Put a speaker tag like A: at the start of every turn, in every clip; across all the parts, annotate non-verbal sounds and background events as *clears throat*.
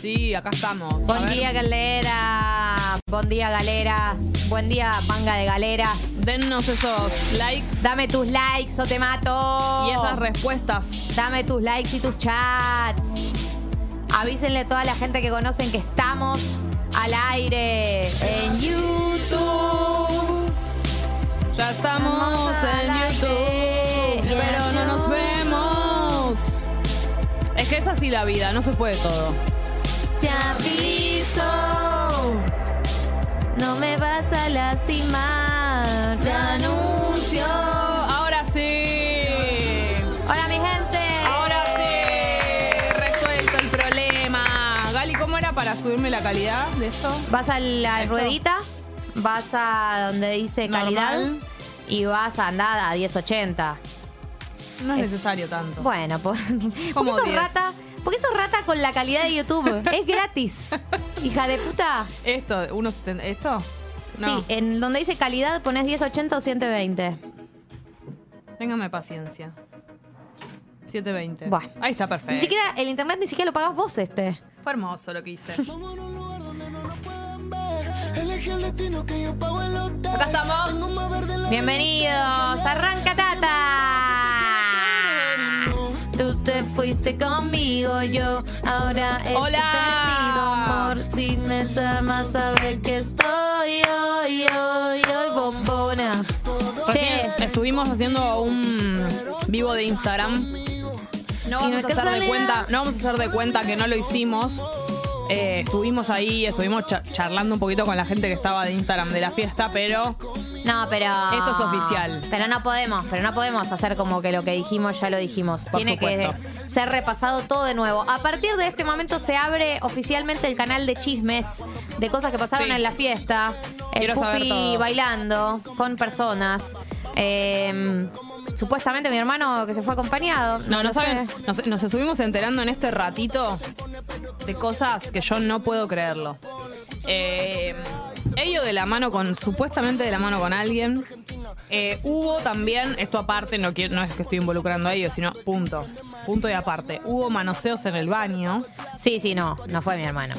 A: sí, acá estamos. A
B: Buen
A: ver.
B: día, galera. Buen día, galeras. Buen día, manga de galeras.
A: Dennos esos likes
B: Dame tus likes o te mato.
A: y esas respuestas.
B: Dame tus likes y tus chats. Avísenle a toda la gente que conocen que estamos al aire en YouTube.
A: Ya estamos
B: Vamos al
A: en YouTube,
B: aire.
A: pero no nos vemos. Es que es así la vida, no se puede todo.
B: Te aviso. No me vas a lastimar. Te anuncio.
A: Ahora sí.
B: Hola, mi gente.
A: Ahora sí. Resuelto el problema. Gali, ¿cómo era para subirme la calidad de esto?
B: Vas a la
A: Esto.
B: ruedita, vas a donde dice calidad
A: Normal.
B: y vas a andar a 1080.
A: No
B: Eh,
A: es necesario tanto.
B: Bueno, pues.
A: *laughs*
B: ¿Por qué
A: ¿Cómo
B: sos
A: 10?
B: rata? ¿Por qué sos rata con la calidad de YouTube?
A: *laughs*
B: es gratis. Hija de puta.
A: Esto, uno seten- ¿Esto? No.
B: Sí, eh. en donde dice calidad pones 1080 o 120.
A: Téngame paciencia. 720.
B: Buah.
A: Ahí está perfecto.
B: Ni siquiera el internet ni siquiera lo pagas vos este.
A: Fue hermoso lo que hice.
C: Vamos a un lugar donde no nos puedan ver. Elige el destino que yo pago el hotel.
A: Acá estamos.
C: Tengo más verde en la
B: Bienvenidos, arranca Tata. Tú te fuiste conmigo, yo ahora estoy
A: Hola.
B: perdido, amor. Si me llamas, sabes que estoy hoy, hoy, hoy, bombona.
A: Recién Estuvimos haciendo un vivo de Instagram. No
B: Y no
A: vamos
B: es
A: a hacer
B: casualidad.
A: de cuenta, no vamos a hacer de cuenta que no lo hicimos. Eh, estuvimos ahí, estuvimos cha- charlando un poquito con la gente que estaba de Instagram de la fiesta, pero
B: No, pero.
A: Esto es oficial.
B: Pero no podemos, pero no podemos hacer como que lo que dijimos ya lo dijimos.
A: Por
B: Tiene que
A: supuesto.
B: ser repasado todo de nuevo. A partir de este momento se abre oficialmente el canal de chismes, de cosas que pasaron
A: Sí.
B: en la fiesta. El
A: Quiero saber
B: pupi
A: todo.
B: bailando con personas. Eh, supuestamente mi hermano que se fue acompañado.
A: no, no,
B: sé.
A: saben, nos, nos estuvimos enterando en este ratito de cosas que yo no puedo creerlo. Eh, ello de la mano con, supuestamente de la mano con alguien. Eh, hubo también, esto aparte, no, quiero, no es que estoy involucrando a ellos, sino punto. Punto y aparte. Hubo manoseos en el baño.
B: Sí, sí, no, no fue mi hermano.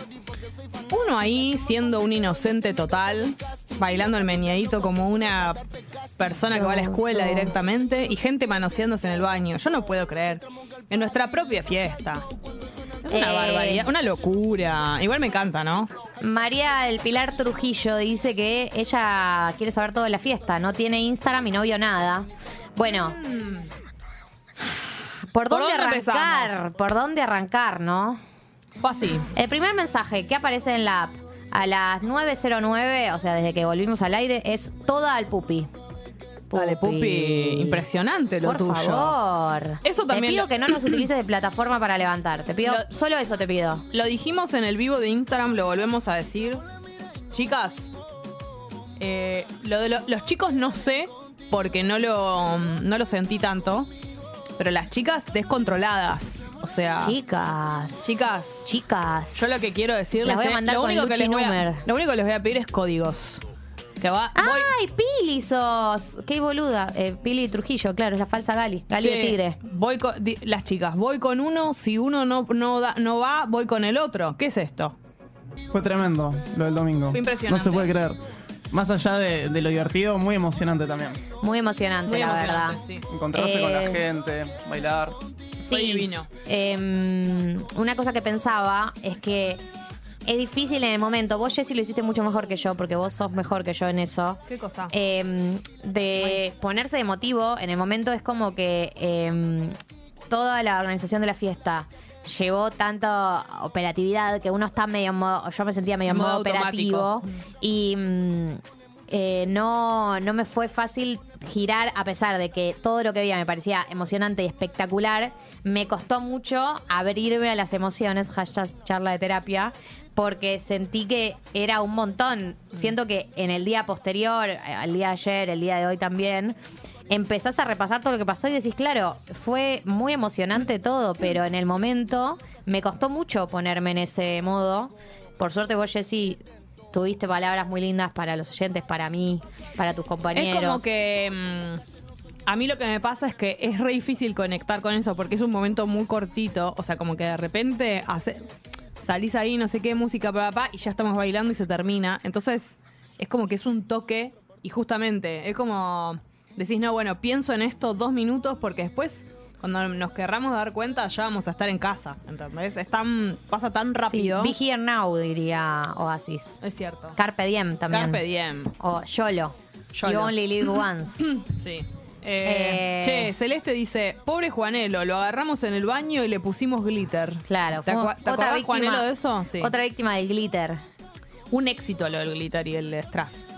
A: Uno ahí siendo un inocente total, bailando el meñadito como una persona que va a la escuela directamente y gente manoseándose en el baño. Yo no puedo creer. En nuestra propia fiesta. Es una
B: Eh.
A: barbaridad, una locura. Igual me encanta, ¿no?
B: María del Pilar Trujillo dice que ella quiere saber todo de la fiesta, no tiene Instagram y no vio nada. Bueno, ¿por
A: ¿Por
B: dónde
A: dónde
B: arrancar?
A: empezamos?
B: ¿Por dónde arrancar, no?
A: Fue así.
B: El primer mensaje que aparece en la app a las 9.09, o sea, desde que volvimos al aire, es toda al pupi.
A: Dale, Pupi, impresionante lo
B: Por
A: tuyo.
B: favor.
A: Eso también
B: Te pido
A: lo-
B: que no nos utilices de plataforma para levantar. Te pido,
A: Lo-
B: solo eso te pido.
A: Lo dijimos en el vivo de Instagram, lo volvemos a decir. Chicas, eh, lo de lo- los chicos no sé, porque no lo, mm, no lo sentí tanto. Pero las chicas descontroladas. O sea,
B: Chicas.
A: Ah. chicas,
B: Chicas.
A: yo lo que quiero decirles
B: Las voy a
A: es,
B: mandar
A: lo,
B: con
A: único que
B: Luchi
A: les voy a,
B: Numer. Ah,
A: lo único que les voy a pedir es códigos. Que va, voy-
B: ¡Ay, Pili sos! ¡Qué boluda! Eh, Pili Trujillo, claro, es la falsa Gali. Gali
A: Che,
B: de Tigre.
A: Voy con- di- las chicas, voy con uno, si uno no, no, da- no va, voy con el otro. ¿Qué es esto?
D: Fue tremendo lo del domingo.
A: Fue impresionante.
D: No se puede creer. Más allá de, de lo divertido, muy emocionante también.
B: Muy emocionante,
A: Muy
B: la
A: emocionante,
B: verdad.
A: sí.
D: Encontrarse
B: Eh,
D: con la gente, bailar.
B: Sí.
A: Fue divino.
B: Em, una cosa que pensaba es que es difícil en el momento. Vos, Jessy, lo hiciste mucho mejor que yo, porque vos sos mejor que yo en eso.
A: ¿Qué cosa?
B: Em, de ponerse emotivo en el momento es como que em, toda la organización de la fiesta llevó tanta operatividad que uno está medio en modo, yo me sentía medio en
A: Modo
B: modo operativo
A: automático.
B: y mm, eh, no, no me fue fácil girar a pesar de que todo lo que veía me parecía emocionante y espectacular. Me costó mucho abrirme a las emociones, hashtag charla de terapia, porque sentí que era un montón. Siento que en el día posterior, eh, al día de ayer, el día de hoy también, empezás a repasar todo lo que pasó y decís, claro, fue muy emocionante todo, pero en el momento me costó mucho ponerme en ese modo. Por suerte vos, Jessy, tuviste palabras muy lindas para los oyentes, para mí, para tus compañeros.
A: Es como que. mm, a mí lo que me pasa es que es re difícil conectar con eso porque es un momento muy cortito. O sea, como que de repente hace. O sea, salís ahí, no sé qué, música, papá, y ya estamos bailando y se termina. Entonces, es como que es un toque y justamente es como decís, no, bueno, pienso en esto dos minutos porque después, cuando nos querramos dar cuenta, ya vamos a estar en casa, ¿entendés? Es tan, pasa tan rápido.
B: Sí, Be Here Now, diría Oasis.
A: es cierto.
B: Carpe Diem también.
A: Carpe diem.
B: O YOLO.
A: YOLO.
B: You
A: *laughs*
B: only live once.
A: Sí. Eh,
B: Eh.
A: Che, Celeste dice, pobre Juanelo, lo agarramos en el baño y le pusimos glitter.
B: Claro.
A: ¿Te,
B: fue
A: acua- te
B: otra
A: acordás,
B: víctima-
A: Juanelo, de eso? Sí.
B: Otra víctima del glitter.
A: Un éxito lo del glitter y el strass.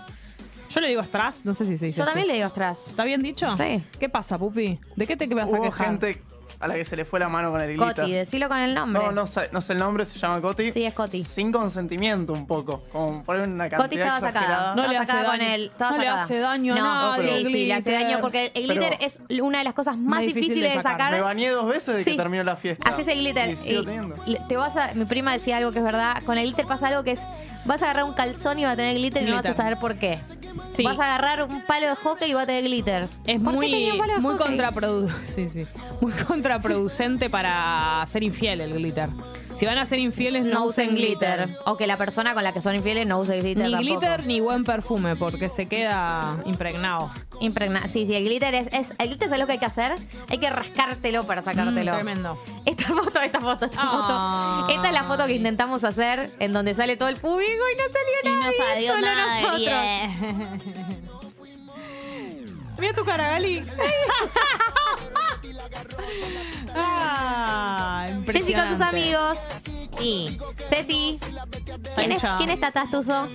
A: Yo le digo strass, no sé si se dice
B: Yo
A: así.
B: también le digo atrás.
A: ¿Está bien dicho?
B: Sí.
A: ¿Qué pasa, Pupi? ¿De qué te vas a
D: Hubo
A: quejar?
D: gente a la que se le fue la mano con el glitter.
B: Coti, decilo con el nombre.
D: no, no sé, no sé el nombre, se llama Coti.
B: Sí, es Coti.
D: Sin consentimiento un poco. Como poner una cantidad
B: Coti estaba sacada.
D: exagerada.
A: No le
B: Estaba
A: hace
B: sacada
A: daño.
B: con él. Estaba
A: No le
B: sacada.
A: hace daño a
B: No,
A: nadie el
B: sí, sí, le hace
A: glitter.
B: daño porque el glitter
D: Pero-
B: es una de las cosas más difíciles de sacar.
D: Me bañé dos veces de
B: Sí.
D: que terminó la fiesta.
B: Haces el glitter.
D: Y sigo
B: y
D: teniendo.
B: le- te vas a, mi prima decía algo que es verdad. Con el glitter pasa algo que es. Vas a agarrar un calzón y va a tener glitter, y no vas a
A: Glitter.
B: saber por qué.
A: Sí.
B: Vas a agarrar un palo de hockey y va a tener glitter.
A: Es
B: ¿Por qué tenía
A: muy,
B: un palo de
A: muy,
B: hockey?
A: contraprodu- *laughs* sí, sí. muy contraproducente para ser infiel el glitter. Si van a ser infieles, no,
B: No usen
A: usen
B: glitter. O que la persona con la que son infieles no use glitter
A: Ni
B: tampoco.
A: glitter ni buen perfume, porque se queda impregnado.
B: Impregna- Sí, sí, el glitter es, es- El glitter es algo que hay que hacer. Hay que rascártelo para sacártelo.
A: Mm, tremendo. Ah.
B: Esta foto, esta foto, esta
A: Ay.
B: foto. Esta es la foto que intentamos hacer en donde sale todo el público y no salió nadie. solo nosotros.
A: Mira tu cara, Gali. *laughs* ah,
B: Jessy con sus
A: impresionante.
B: amigos. Y Teti. ¿Quién, es-
A: Pancha.
B: quién está atrás tuzo?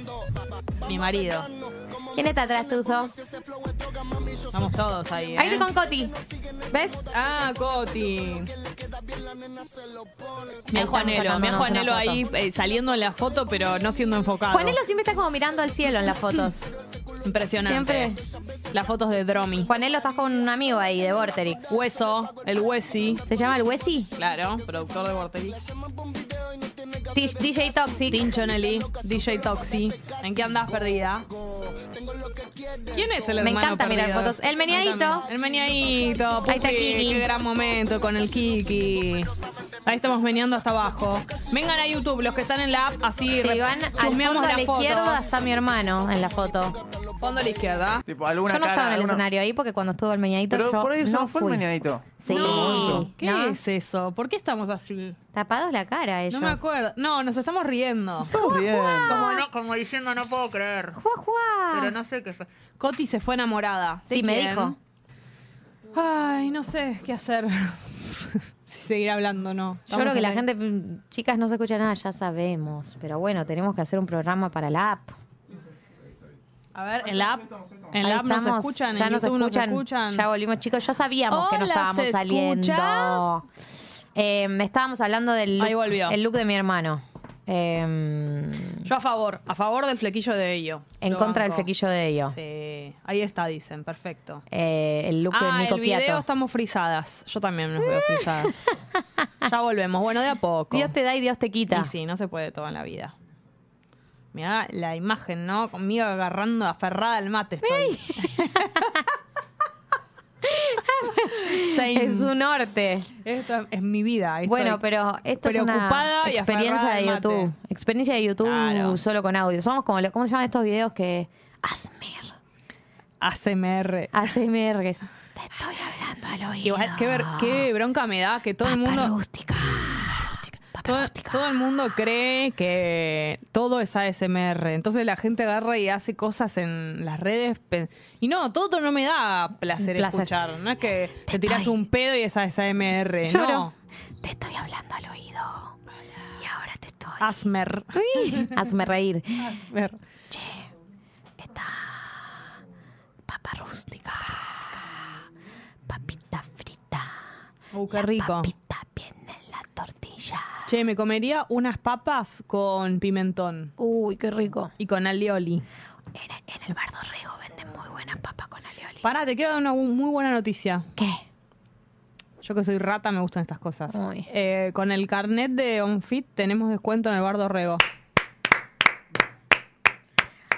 A: Mi marido.
B: ¿Quién está atrás tuzo?
A: Vamos todos ahí. ¿eh?
B: Ahí estoy con Coti. ¿Ves?
A: Ah, Coti. Mira
B: Ahí
A: a Juanelo,
B: estamos
A: mira a
B: sacándonos
A: Juanelo
B: una foto.
A: ahí eh, saliendo en la foto, pero no siendo enfocado.
B: Juanelo siempre está como mirando al cielo en las fotos.
A: Impresionante. Las fotos de Dromi.
B: Juanelo estás con un amigo ahí de Vorterix.
A: Hueso, el Huesi.
B: ¿Se llama el Wesi?
A: Claro, productor de Vorterix.
B: DJ Toxic.
A: Tincho Nelly, DJ Toxi. ¿En qué andás perdida? ¿Quién es el
B: Me
A: hermano
B: encanta mirar
A: perdido?
B: fotos. El meneadito.
A: A mí también. El meneadito.
B: Ahí está
A: pupi,
B: Kiki.
A: Qué gran momento con el Kiki. Ahí estamos meneando hasta abajo. Vengan a YouTube, los que están en la app, así
B: Si
A: re-
B: van al
A: chusmeamos
B: fondo a la
A: las fotos.
B: izquierda está mi hermano en la foto.
A: Fondo a la izquierda.
D: Tipo, alguna
B: yo no
D: cara,
B: estaba en el
D: alguna-
B: escenario ahí porque cuando estuvo el meñadito
D: Pero
B: yo
D: por ahí eso
B: no
D: no fue el
B: fui.
D: meñadito.
B: Sí.
A: No, ¿Qué
B: No.
A: es eso? ¿Por qué estamos así?
B: Tapados la cara ellos.
A: No me acuerdo. No, nos estamos riendo.
D: Todo bien.
A: Como, no- como diciendo, no puedo creer.
B: Juá, juá.
A: Pero no sé qué fue. Coti se fue enamorada. ¿De
B: Ah. Sí, me
A: quién?
B: dijo.
A: Ay, no sé qué hacer. *laughs* si seguir hablando o no.
B: Yo
A: Vamos
B: creo que
A: a
B: la
A: ver.
B: gente, mm, chicas, no se escucha nada, ya sabemos. Pero bueno, tenemos que hacer un programa para la app.
A: A ver, en la app. En
B: Ahí
A: la app nos
B: estamos,
A: escuchan.
B: ya
A: en
B: nos
A: YouTube
B: escuchan,
A: nos escuchan.
B: Ya volvimos, chicos. Ya sabíamos que no
A: Hola,
B: estábamos
A: ¿se
B: saliendo. Eh, estábamos hablando del
A: Ahí volvió.
B: look, el look de mi hermano. Eh,
A: Yo a favor. A favor del flequillo de ello.
B: en
A: Lo
B: contra del
A: banco.
B: flequillo de ello.
A: Sí. Ahí está, dicen. Perfecto.
B: Eh, el look de
A: Ah,
B: Nico
A: el video
B: Piatto.
A: estamos frisadas. Yo también nos veo
B: *laughs*
A: frisadas. ya volvemos. Bueno, de a poco.
B: Dios te da y Dios te quita.
A: Y sí, no se puede todo en la vida. Mirá la imagen, ¿no? Conmigo agarrando, aferrada al mate estoy. *laughs* Same.
B: Es un norte.
A: Esto es mi vida. ahí
B: Bueno,
A: estoy.
B: pero esto es una
A: preocupada y
B: experiencia
A: aferrada
B: de
A: al mate.
B: YouTube. Experiencia de YouTube
A: Claro.
B: solo con audio. Somos como, lo- ¿cómo se llaman estos videos que... ASMR.
A: ACMR.
B: ASMR. que es, Te estoy hablando al oído.
A: Igual, qué, ver- qué bronca me da que todo el
B: Papa
A: mundo.
B: rústica.
A: Todo, todo el mundo cree que todo es ASMR. Entonces la gente agarra y hace cosas en las redes. pe- Y no, todo no me da placer,
B: Placer.
A: escuchar. No es que te,
B: Te
A: tiras
B: estoy-
A: un pedo y es ASMR.
B: Lloro.
A: No.
B: Te estoy hablando al oído. Y ahora te estoy...
A: Ah, ASMR.
B: *laughs* Hazme reír.
A: ASMR.
B: Che, está papa rústica. Papita frita.
A: Uh, qué rico.
B: Papita viene en la tortilla.
A: Che, me comería unas papas con pimentón
B: Uy, qué rico.
A: y con alioli.
B: En, en el bar Dorrego venden muy buenas papas con alioli.
A: Pará, te quiero dar una bu- muy buena noticia.
B: ¿Qué?
A: Yo que soy rata me gustan estas cosas.
B: Uy.
A: Eh, con el carnet de OnFit tenemos descuento en el Bar Dorrego.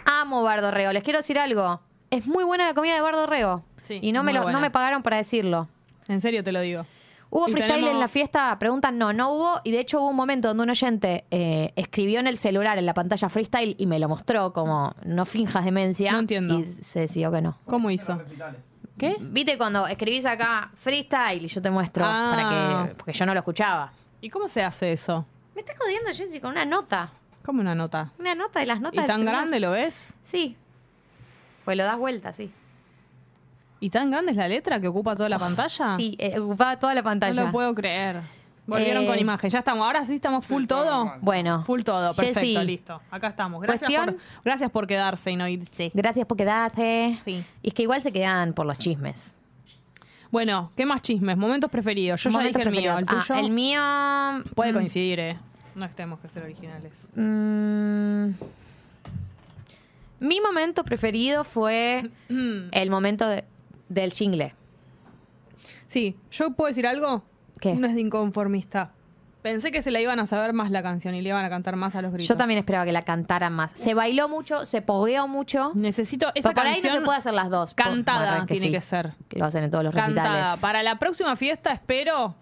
B: Amo bar Dorrego. Les quiero decir algo. Es muy buena la comida de bar Dorrego.
A: Sí,
B: y no me,
A: muy
B: lo- no
A: buena.
B: me pagaron para decirlo.
A: En serio te lo digo.
B: ¿Hubo
A: Y
B: freestyle
A: tenemos-
B: en la fiesta? Preguntan, no, no hubo. Y de hecho hubo un momento donde un oyente eh, escribió en el celular, en la pantalla freestyle, y me lo mostró como, no finjas demencia.
A: No entiendo.
B: Y se decidió que no.
A: ¿Cómo hizo? ¿Qué?
B: Viste cuando escribís acá freestyle y yo te muestro
A: Ah.
B: para que. Porque yo no lo escuchaba.
A: ¿Y cómo se hace eso?
B: Me estás jodiendo, Jessy, con una nota.
A: ¿Cómo una nota?
B: Una nota de las
A: ¿Y
B: notas del
A: tan
B: celular.
A: grande lo ves?
B: Sí. Pues lo das vuelta, sí.
A: ¿Y tan grande es la letra que ocupa toda la pantalla?
B: Ah, Sí, eh, ocupaba toda la pantalla.
A: Ah. No lo puedo creer. Volvieron
B: Eh,
A: con imagen. Ya estamos. Ahora sí estamos full todo.
B: Bueno.
A: Full todo. Perfecto,
B: Jessy,
A: listo. Acá estamos. Gracias por,
B: ¿Cuestión?
A: gracias por quedarse y no irse.
B: Gracias por quedarte.
A: Sí.
B: Y es que igual se quedan por los chismes.
A: Bueno, ¿qué más chismes? Momentos preferidos. Yo
B: Momentos
A: ya dije el mío. El
B: preferidos.
A: tuyo
B: Ah, el mío.
A: puede
B: mm,
A: coincidir, ¿eh? No tenemos que ser originales.
B: mm, mi momento preferido fue el momento de- del jingle.
A: Sí, ¿yo puedo decir algo?
B: ¿Qué?
A: No es de inconformista. Pensé que se la iban a saber más la canción y le iban a cantar más a los gritos.
B: Yo también esperaba que la cantaran más. Se bailó mucho, se pogueó mucho.
A: Necesito esa
B: pero por ahí
A: canción
B: no se puede hacer las dos. Por-
A: Cantada
B: barra
A: tiene
B: sí,
A: que ser.
B: que Lo hacen en todos los
A: Cantada.
B: recitales.
A: Para la próxima fiesta, espero.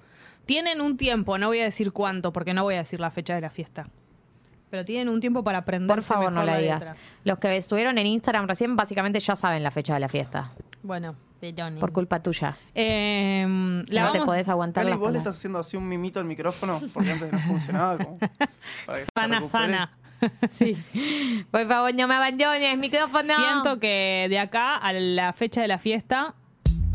A: Tienen un tiempo, no voy a decir cuánto, porque no voy a decir la fecha de la fiesta. Pero tienen un tiempo para aprender.
B: Por favor, no la digas.
A: letra.
B: Los que estuvieron en Instagram recién, básicamente ya saben la fecha de la fiesta.
A: Bueno, Peroni.
B: Por culpa tuya.
A: Eh, Mm. la
B: no te
A: vamos-
B: podés aguantar
E: Eli,
B: las
E: vos le
B: palabras.
E: estás haciendo así un mimito al micrófono porque antes no
A: *laughs*
E: funcionaba. Como, para que se
A: Sana,
E: recupere.
A: sana.
B: Sí. Por favor, no me abandones, micrófono.
A: Siento que de acá a la fecha de la fiesta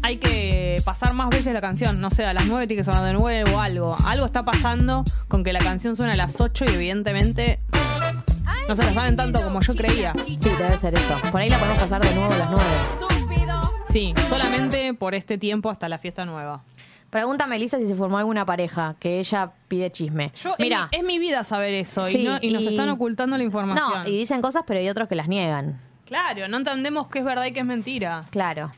A: hay que pasar más veces la canción. No sé, a las 9 tiene que sonar de nuevo o algo. Algo está pasando con que la canción suena a las 8 y evidentemente no se la saben tanto como yo creía.
B: Sí, debe ser eso. Por ahí la podemos pasar de nuevo a las nueve.
A: Sí, solamente por este tiempo hasta la fiesta nueva.
B: Pregunta a Melissa si se formó alguna pareja, que ella pide chisme.
A: Yo,
B: Mira,
A: es, mi, es mi vida saber eso
B: Sí,
A: y, no- y nos
B: y-
A: están ocultando la información.
B: no, y dicen cosas, pero hay otros que las niegan.
A: Claro, no entendemos qué es verdad y qué es mentira.
B: Claro.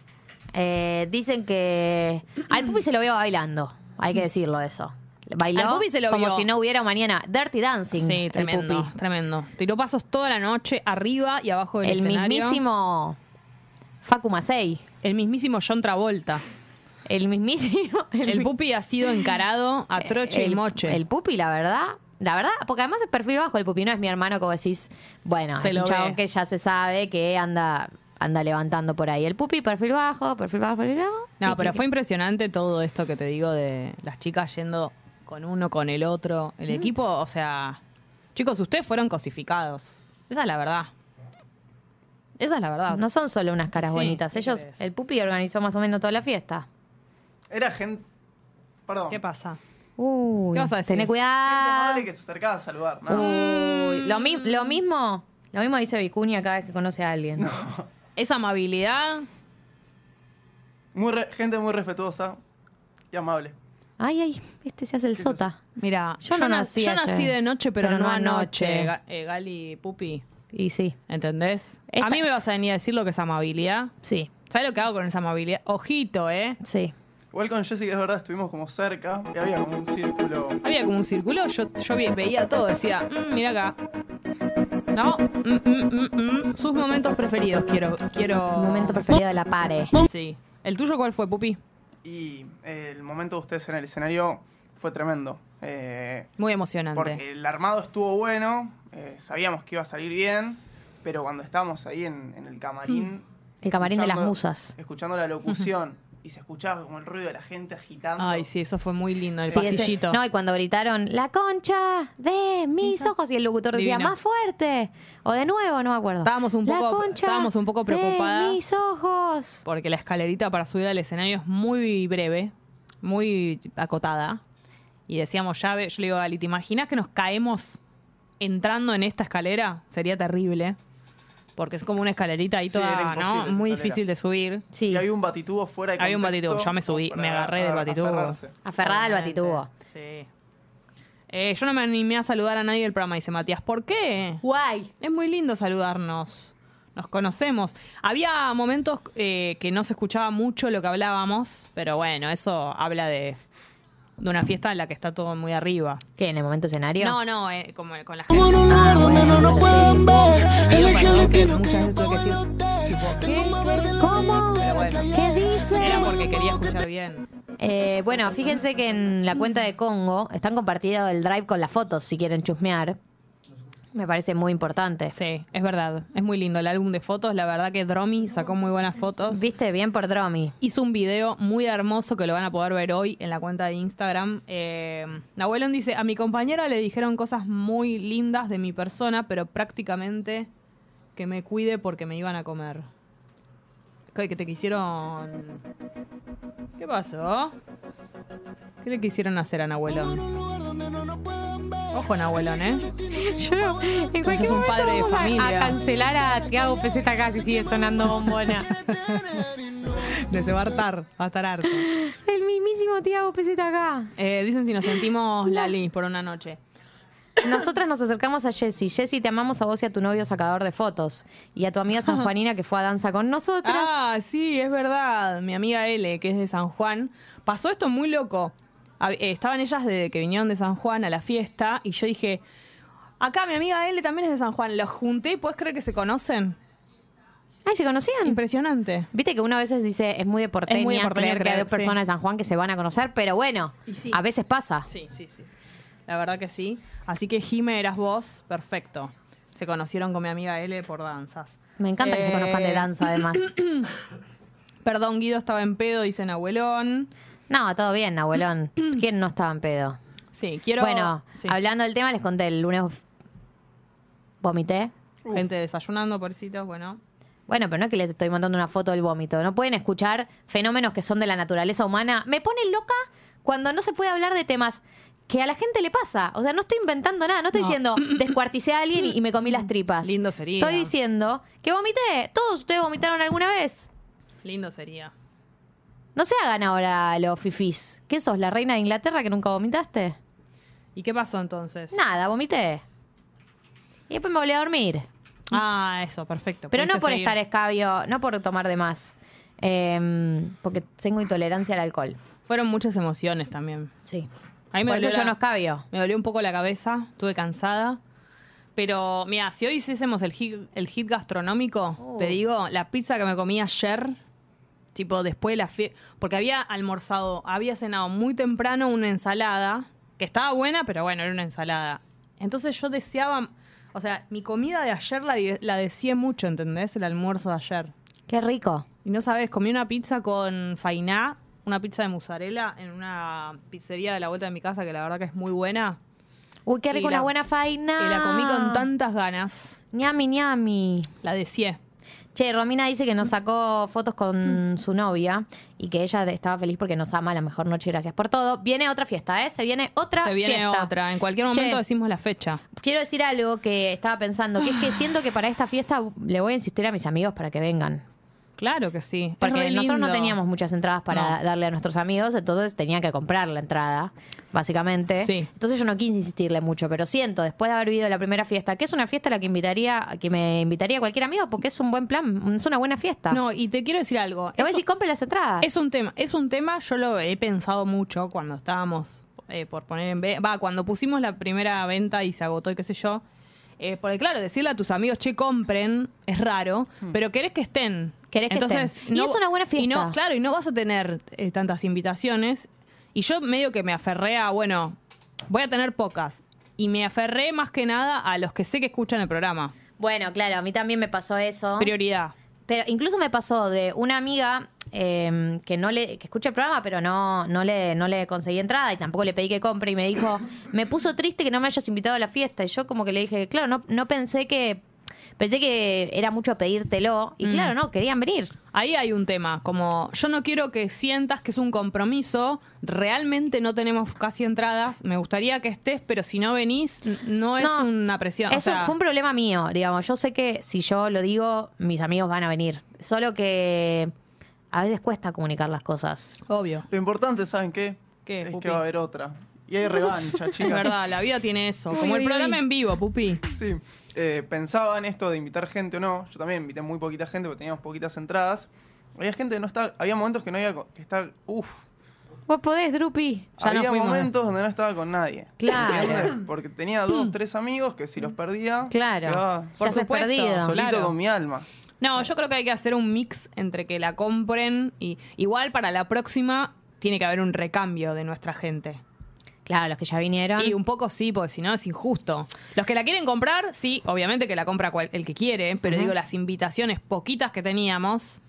B: Eh, dicen que al Pupi se lo vio bailando. Hay que decirlo eso. Bailó
A: Al Pupi se lo
B: como
A: vio.
B: si no hubiera mañana. Dirty Dancing.
A: Sí,
B: el
A: tremendo,
B: Pupi.
A: tremendo. Tiró pasos toda la noche arriba y abajo del
B: El
A: escenario.
B: mismísimo Facu Macei.
A: El mismísimo John Travolta.
B: El mismísimo. *laughs*
A: El
B: mi-
A: pupi ha sido encarado a troche
B: el-
A: y moche.
B: El Pupi, la verdad. La verdad, porque además es perfil bajo el Pupi, no es mi hermano, como decís. Bueno,
A: Se
B: es un
A: lo
B: chabón
A: ve.
B: que ya se sabe que anda anda levantando por ahí. El Pupi, perfil bajo, perfil bajo, perfil bajo. Y-
A: no, pero
B: y-
A: fue impresionante todo esto que te digo de las chicas yendo con uno, con el otro. El
B: Mm.
A: equipo, o sea, chicos, ustedes fueron cosificados. Esa es la verdad. Esa es la verdad.
B: No son solo unas caras
A: Sí,
B: bonitas.
A: ¿qué
B: Ellos,
A: crees?
B: el Pupi organizó más o menos toda la fiesta.
E: Era gente. Perdón.
A: ¿Qué pasa?
B: Uy,
A: ¿Qué vas a decir?
B: Tené
E: Gente
B: cuidado.
E: amable que se acercaba a saludar. ¿no?
A: Uh.
B: Uy, lo, mi- lo
A: Mm.
B: mismo, lo mismo dice Vicuña cada vez que conoce a alguien.
A: Esa amabilidad.
E: Muy re- gente muy respetuosa y amable.
B: Ay, ay, este se hace el sota.
A: Mira,
B: Yo no
A: na-
B: nací
A: yo
B: ayer,
A: nací de noche, pero, no, anoche.
B: anoche.
A: Ga- eh, Gali, pupi,
B: Y sí,
A: ¿entendés?
B: Esta-
A: A mí me vas a venir a decir lo que es amabilidad.
B: sí,
A: ¿Sabes lo que hago con esa amabilidad? Ojito, ¿eh?
B: sí.
E: Igual con Jessica es verdad, estuvimos como cerca y había como un círculo.
A: Había como un círculo, yo, yo vi- veía todo, decía, "Mm, mira acá. No, mm, mm, mm, mm. sus momentos preferidos quiero, quiero.
B: Momento preferido de la pare.
A: Sí. ¿El tuyo cuál fue, Pupi?
E: Y eh, el momento de ustedes en el escenario fue tremendo. Eh,
A: Muy emocionante.
E: porque el armado estuvo bueno, eh, sabíamos que iba a salir bien, pero cuando estábamos ahí en, en el camarín.
B: Mm. El camarín de las
E: escuchando-
B: musas.
E: Escuchando la locución *laughs* y se escuchaba como el ruido de la gente agitando.
A: Ay, sí, eso fue muy lindo, el
B: Sí, ese-
A: pasillito.
B: no, y cuando gritaron, la concha de mis ojos, y el locutor decía,
A: Divino.
B: más fuerte. O de nuevo, no me acuerdo.
A: Estábamos un
B: "La
A: poco-
B: concha
A: estábamos un poco
B: De
A: preocupadas".
B: mis ojos.
A: Porque la escalerita para subir al escenario es muy breve, muy acotada. Y decíamos, ya, ve- yo le digo a Gali, ¿te imaginas que nos caemos entrando en esta escalera? Sería terrible. Porque es como una escalerita ahí
E: Sí, era
A: toda,
E: imposible
A: ¿no?
E: esa
A: Muy
E: escalera.
A: difícil de subir.
B: Sí.
E: Y había un batitubo fuera de
A: Había un
E: contexto
A: batitubo, yo me subí,
E: como
A: me
E: para
A: agarré del batitubo.
E: aferrarse.
B: Aferrada al
A: Obviamente.
B: batitubo.
A: Sí. Eh, yo no me animé a saludar a nadie del programa, dice Matías. ¿Por qué?
B: Guay.
A: Es muy lindo saludarnos. Nos conocemos. Había momentos eh, que no se escuchaba mucho lo que hablábamos, pero bueno, eso habla de, de una fiesta en la que está todo muy arriba.
B: ¿Qué? ¿En el momento escenario?
A: No, no, eh, como con la
C: Como en
A: gente.
C: un lugar donde no nos pueden ver. Elige
A: Digo,
C: el
A: perdón, que
C: destino que
A: muchas
C: yo
A: veces tuve que decir,
C: puedo adoptar.
A: tipo,
C: Tengo más verde en la
B: ¿Cómo?
C: calle que la
A: Pero bueno.
C: calle.
B: ¿Qué dice?
A: Era porque que quería escuchar bien.
B: Eh, bueno, fíjense que en la cuenta de Congo están compartido el drive con las fotos si quieren chusmear. Me parece muy importante.
A: Sí, es verdad. Es muy lindo el álbum de fotos. La verdad que Dromi sacó muy buenas fotos.
B: Viste, bien por Dromi.
A: Hizo un video muy hermoso que lo van a poder ver hoy en la cuenta de Instagram. Eh, Nahuelón dice, a mi compañera le dijeron cosas muy lindas de mi persona, pero prácticamente que me cuide porque me iban a comer. ¿Qué, que te quisieron... ¿Qué pasó? ¿Qué le quisieron hacer a Nahuelón? Ojo, Nahuelón, ¿eh?
B: Yo no, en
A: cualquier un momento padre de vamos a- familia.
B: A,
A: a
B: cancelar a Tiago Peseta acá si sigue sonando bombona.
A: De se va a hartar, va a estar harto.
B: el mismísimo Tiago Peseta acá.
A: Eh, dicen si nos sentimos Lali por una noche.
B: Nosotras nos acercamos a Jessy. Jessy, te amamos a vos y a tu novio sacador de fotos. Y a tu amiga *laughs* sanjuanina que fue a danza con nosotras.
A: Ah, sí, es verdad. Mi amiga L, que es de San Juan, pasó esto muy loco. Hab- eh, Estaban ellas de que vinieron de San Juan a la fiesta y yo dije, acá mi amiga L también es de San Juan. Los junté y puedes creer que se conocen.
B: Ay, ¿se
A: Mm.
B: conocían?
A: Impresionante.
B: Viste que uno a veces dice, es muy de porteña,
A: Es muy de porteña
B: creer que hay
A: creer,
B: dos
A: sí.
B: personas de San Juan que se van a conocer, pero bueno,
A: Y sí.
B: a veces pasa.
A: Sí, sí, sí. La verdad que sí. Así que Jime eras vos, perfecto. Se conocieron con mi amiga L por danzas.
B: Me encanta que se
A: Eh,
B: conozcan de danza, además.
A: Perdón, Guido estaba en pedo, dicen abuelón.
B: No, todo
A: *clears throat*
B: bien, abuelón. ¿Quién no estaba en pedo?
A: Sí, quiero.
B: bueno,
A: Sí.
B: hablando del tema, les conté el lunes vomité.
A: Gente desayunando, pobrecitos, bueno.
B: Bueno, pero no es que les estoy mandando una foto del vómito. No pueden escuchar fenómenos que son de la naturaleza humana. Me pone loca cuando no se puede hablar de temas que a la gente le pasa. O sea, no estoy inventando nada. No estoy diciendo descuarticé a alguien y me comí las
A: *clears throat*
B: tripas.
A: Lindo sería.
B: Estoy diciendo que vomité. Todos ustedes vomitaron alguna vez.
A: Lindo sería.
B: No se hagan ahora los fifís. ¿Qué sos, la reina de Inglaterra que nunca vomitaste?
A: ¿Y qué pasó entonces?
B: Nada, vomité. Y después me volví a dormir.
A: Ah, eso, perfecto.
B: Pero no
A: Pudiste
B: por
A: seguir.
B: estar escabio, no por tomar de más. Eh, porque tengo intolerancia al alcohol.
A: Fueron muchas emociones también.
B: Sí.
A: A mí me
B: por eso
A: dolió
B: yo
A: la-
B: no escabio.
A: Me dolió un poco la cabeza, estuve cansada. Pero mira, si hoy hiciésemos el hit, el hit gastronómico,
B: Uh.
A: te digo, la pizza que me comí ayer, tipo después de la fiesta, porque había almorzado, había cenado muy temprano una ensalada, que estaba buena, pero bueno, era una ensalada. Entonces yo deseaba, o sea, mi comida de ayer la, di- la deseé mucho, ¿entendés? El almuerzo de ayer.
B: Qué rico.
A: Y no sabes, comí una pizza con fainá, una pizza de mozzarella en una pizzería de la vuelta de mi casa que la verdad que es muy buena.
B: Uy, qué rico,
A: Y la-
B: una buena faina.
A: Y la comí
B: Ah.
A: con tantas ganas.
B: ñami ñami.
A: La deseé.
B: Che, Romina dice que nos sacó fotos
A: Mm.
B: con su novia y que ella estaba feliz porque nos ama la mejor noche, gracias por todo. Viene otra fiesta, ¿eh? Se viene otra
A: Se viene
B: fiesta.
A: otra. En cualquier momento
B: Che.
A: decimos la fecha.
B: Quiero decir algo que estaba pensando, que es
A: Ah.
B: que siento que para esta fiesta le voy a insistir a mis amigos para que vengan.
A: Claro que sí. Es
B: Porque
A: re
B: nosotros no
A: lindo.
B: teníamos muchas entradas para
A: No.
B: darle a nuestros amigos, entonces tenía que comprar la entrada, básicamente.
A: Sí.
B: Entonces yo no quise insistirle mucho, pero siento, después de haber vivido la primera fiesta, que es una fiesta a la que invitaría, a que me invitaría cualquier amigo, porque es un buen plan, es una buena fiesta.
A: No, y te quiero decir algo.
B: Le voy a
A: Eso-
B: decir, compre las entradas.
A: Es un tema, es un tema, yo lo he pensado mucho cuando estábamos eh, por poner en venta, va, cuando pusimos la primera venta y se agotó y qué sé yo, eh, porque claro, decirle a tus amigos, che, compren, es raro, pero querés que estén.
B: Hmm. Querés que
A: Entonces,
B: estén. Y es una buena
A: Y no,
B: fiesta.
A: claro, y no vas a tener eh, tantas invitaciones. Y yo medio que me aferré a, bueno, voy a tener pocas. Y me aferré más que nada a los que sé que escuchan el programa.
B: Bueno, claro, a mí también me pasó eso.
A: Prioridad.
B: Pero incluso me pasó de una amiga eh, que no le que escucha el programa, pero no, no, le, no le conseguí entrada y tampoco le pedí que compre y me dijo, me puso triste que no me hayas invitado a la fiesta. Y yo como que le dije, claro, no, no pensé que... Pensé que era mucho pedírtelo y claro, no, querían venir.
A: Ahí hay un tema, como yo no quiero que sientas que es un compromiso, realmente no tenemos casi entradas, me gustaría que estés, pero si no venís, n- no es
B: No,
A: una presión. o
B: Eso
A: sea,
B: fue un problema mío, digamos. Yo sé que si yo lo digo, mis amigos van a venir. Solo que a veces cuesta comunicar las cosas.
A: obvio.
E: Lo importante, ¿saben qué?
A: ¿Qué,
E: es
A: Pupi?
E: que va a haber otra. Y hay revancha,
A: *laughs*
E: chicas.
A: Es verdad, la vida tiene eso.
B: Uy,
A: Como el
B: uy,
A: programa
B: uy.
A: en vivo, pupi.
E: Sí. Eh, pensaba en esto de invitar gente o no. Yo también invité muy poquita gente porque teníamos poquitas entradas. Había gente que no estaba. Había momentos que no había. co- Que estaba, uf,
B: Vos podés, Drupi.
A: Ya no
E: había
A: fuimos.
E: momentos donde no estaba con nadie.
B: Claro.
E: ¿Entiendes? Porque tenía dos, tres amigos que si los perdía.
B: Claro.
E: quedaba
B: Por
E: solito
A: supuesto.
B: perdido.
A: claro.
E: con mi alma.
A: No, yo creo que hay que hacer un mix entre que la compren y igual para la próxima tiene que haber un recambio de nuestra gente.
B: Claro, los que ya vinieron.
A: Y un poco sí, porque si no es injusto. Los que la quieren comprar, sí, obviamente que la compra cual- el que quiere, pero digo, las invitaciones poquitas que teníamos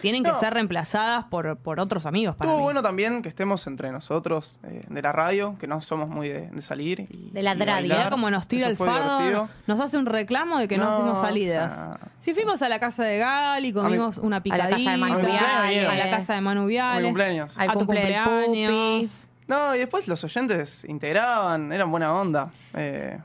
A: tienen que
E: Hmm. No.
A: ser reemplazadas por, por otros amigos para
E: Estuvo
A: mí.
E: bueno también que estemos entre nosotros eh, de la radio, que no somos muy de, de salir. y-
B: De la
E: y
B: radio.
E: bailar.
A: Mirá cómo nos tira
E: Eso
A: el
E: fue
A: fardo,
E: divertido.
A: nos hace un reclamo de que no,
E: No,
A: hacemos salidas.
E: o sea,
A: sí fuimos a la casa de Gali, comimos una
B: a
A: picadita.
B: la casa de Manu
E: A mi cumpleaños,
B: Viale,
A: a la casa de Manu Viale,
E: A mi cumpleaños.
B: Al
A: a tu
B: cumple del
A: cumpleaños.
E: No, y después los oyentes integraban, eran buena onda. Eh,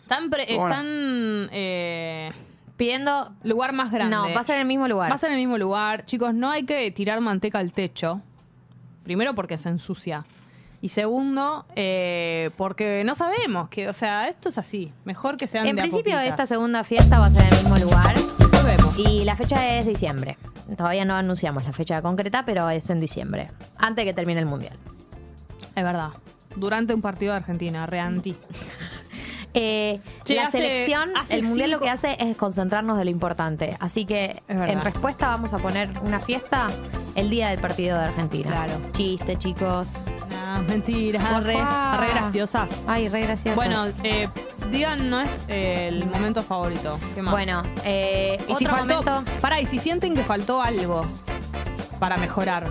A: Están, pre-
E: Bueno.
A: están eh,
B: Pidiendo.
A: lugar más grande.
B: No, va a ser en el mismo lugar.
A: Va a ser en el mismo lugar. Chicos, no hay que tirar manteca al techo. Primero porque se ensucia. Y segundo, eh, porque no sabemos que, o sea, esto es así. Mejor que sean
B: En
A: de a
B: principio,
A: poquitas.
B: esta segunda fiesta va a ser en el mismo lugar.
A: Después vemos.
B: Y la fecha es diciembre. Todavía no anunciamos la fecha concreta, pero es en diciembre. Antes de que termine el mundial.
A: Es verdad. Durante un partido de Argentina, reanti.
B: Eh,
A: Che,
B: la
A: hace-
B: selección,
A: hace
B: el mundial
A: cinco-
B: lo que hace es concentrarnos de lo importante. Así que
A: Es verdad.
B: en respuesta vamos a poner una fiesta el día del partido de Argentina.
A: Claro.
B: Chiste, chicos.
A: No, mentiras.
B: Porfa.
A: Re, re graciosas.
B: Ay, re graciosos.
A: Bueno, eh, digan, no es eh, el momento favorito. ¿Qué más?
B: Bueno, eh,
A: Y
B: otro
A: si faltó,
B: momento.
A: pará, y si sienten que faltó algo para mejorar,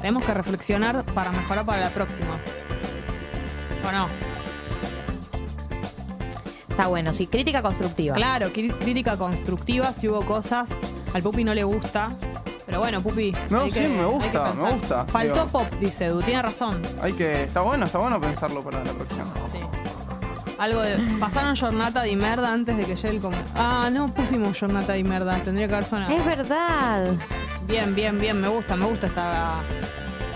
A: tenemos que reflexionar para mejorar para la próxima. ¿O no?
B: Está bueno, sí, crítica constructiva.
A: Claro, cri- crítica constructiva, si hubo cosas, al Pupi no le gusta. Pero bueno, Pupi.
E: No,
A: hay
E: sí,
A: que-
E: me
A: hay
E: gusta,
A: que
E: me
A: pensar.
E: gusta,
A: Faltó
E: digo.
A: pop, dice Edu, tiene razón.
E: hay que, está bueno, está bueno pensarlo para la próxima.
A: Algo
E: *gasps*
A: de. Pasaron Jornata di Merda antes de que llegue el. com- Ah, no pusimos Jornata di Merda, tendría que haber sonado.
B: Es verdad.
A: Bien, bien, bien, me gusta, me gusta esta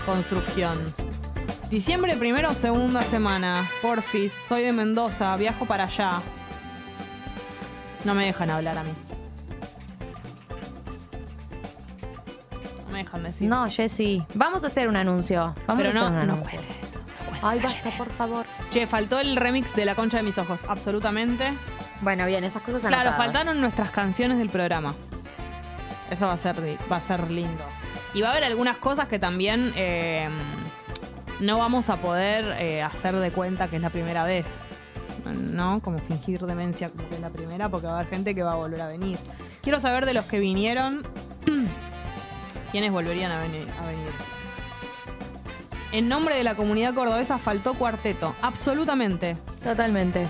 A: construcción. Diciembre primero, segunda semana. Porfis, soy de Mendoza, viajo para allá. No me dejan hablar a mí. No me dejan decir.
B: No, Jessy. Vamos a hacer un anuncio. Vamos
A: pero
B: a hacer
A: no,
B: un
A: no
B: anuncio.
A: puede.
B: Ay, basta, por favor.
A: Che, faltó el remix de La Concha de Mis Ojos, absolutamente.
B: Bueno, bien, esas cosas
A: Claro,
B: anotadas.
A: faltaron nuestras canciones del programa. Eso va a ser, li- va a ser lindo. Y va a haber algunas cosas que también eh, no vamos a poder eh, hacer de cuenta que es la primera vez. ¿No? Como fingir demencia como que es la primera, porque va a haber gente que va a volver a venir. Quiero saber de los que vinieron, *clears throat* quiénes volverían a venir. a venir. En nombre de la comunidad cordobesa faltó cuarteto. Absolutamente. Totalmente.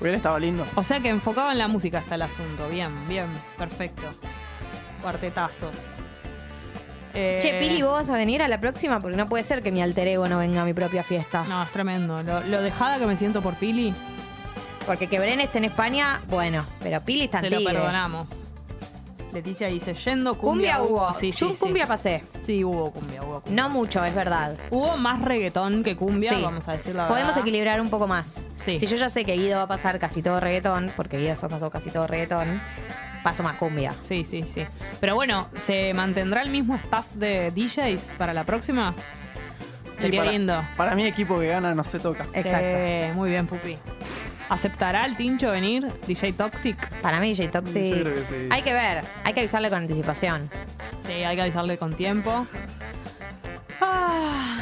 E: Hubiera estado lindo.
A: O sea que enfocado en la música está el asunto. Bien, bien, perfecto. Cuartetazos. Eh,
B: Che, Pili, ¿vos vas a venir a la próxima? Porque no puede ser que mi alter ego no venga a mi propia fiesta.
A: No, es tremendo. Lo, lo dejada que me siento por Pili,
B: Porque que Bren esté en España, bueno, pero Pili está en
A: se lo
B: Tigre.
A: perdonamos. Leticia dice, yendo cumbia,
B: Cumbia hubo.
A: Sí,
B: Yo
A: sí, sí.
B: cumbia pasé.
A: Sí, hubo cumbia, hubo cumbia.
B: No mucho, es verdad.
A: Hubo más reggaetón que cumbia,
B: Sí.
A: vamos a decir la
B: Podemos
A: verdad.
B: equilibrar un poco más.
A: Sí.
B: Si yo ya sé que Guido va a pasar casi todo reggaetón, porque Guido después pasó casi todo reggaetón, paso más cumbia.
A: Sí, sí, sí. Pero bueno, ¿se mantendrá el mismo staff de DJs para la próxima?
E: Y
A: Sería
E: para-
A: lindo.
E: Para mí, equipo que gana no se toca.
B: Exacto.
A: Sí, muy bien, Pupi. ¿Aceptará el tincho venir? DJ Toxic.
B: Para mí, DJ Toxic.
E: Mm, Yo creo que sí.
B: Hay que ver, hay que avisarle con anticipación.
A: Sí, hay que avisarle con tiempo. Ah,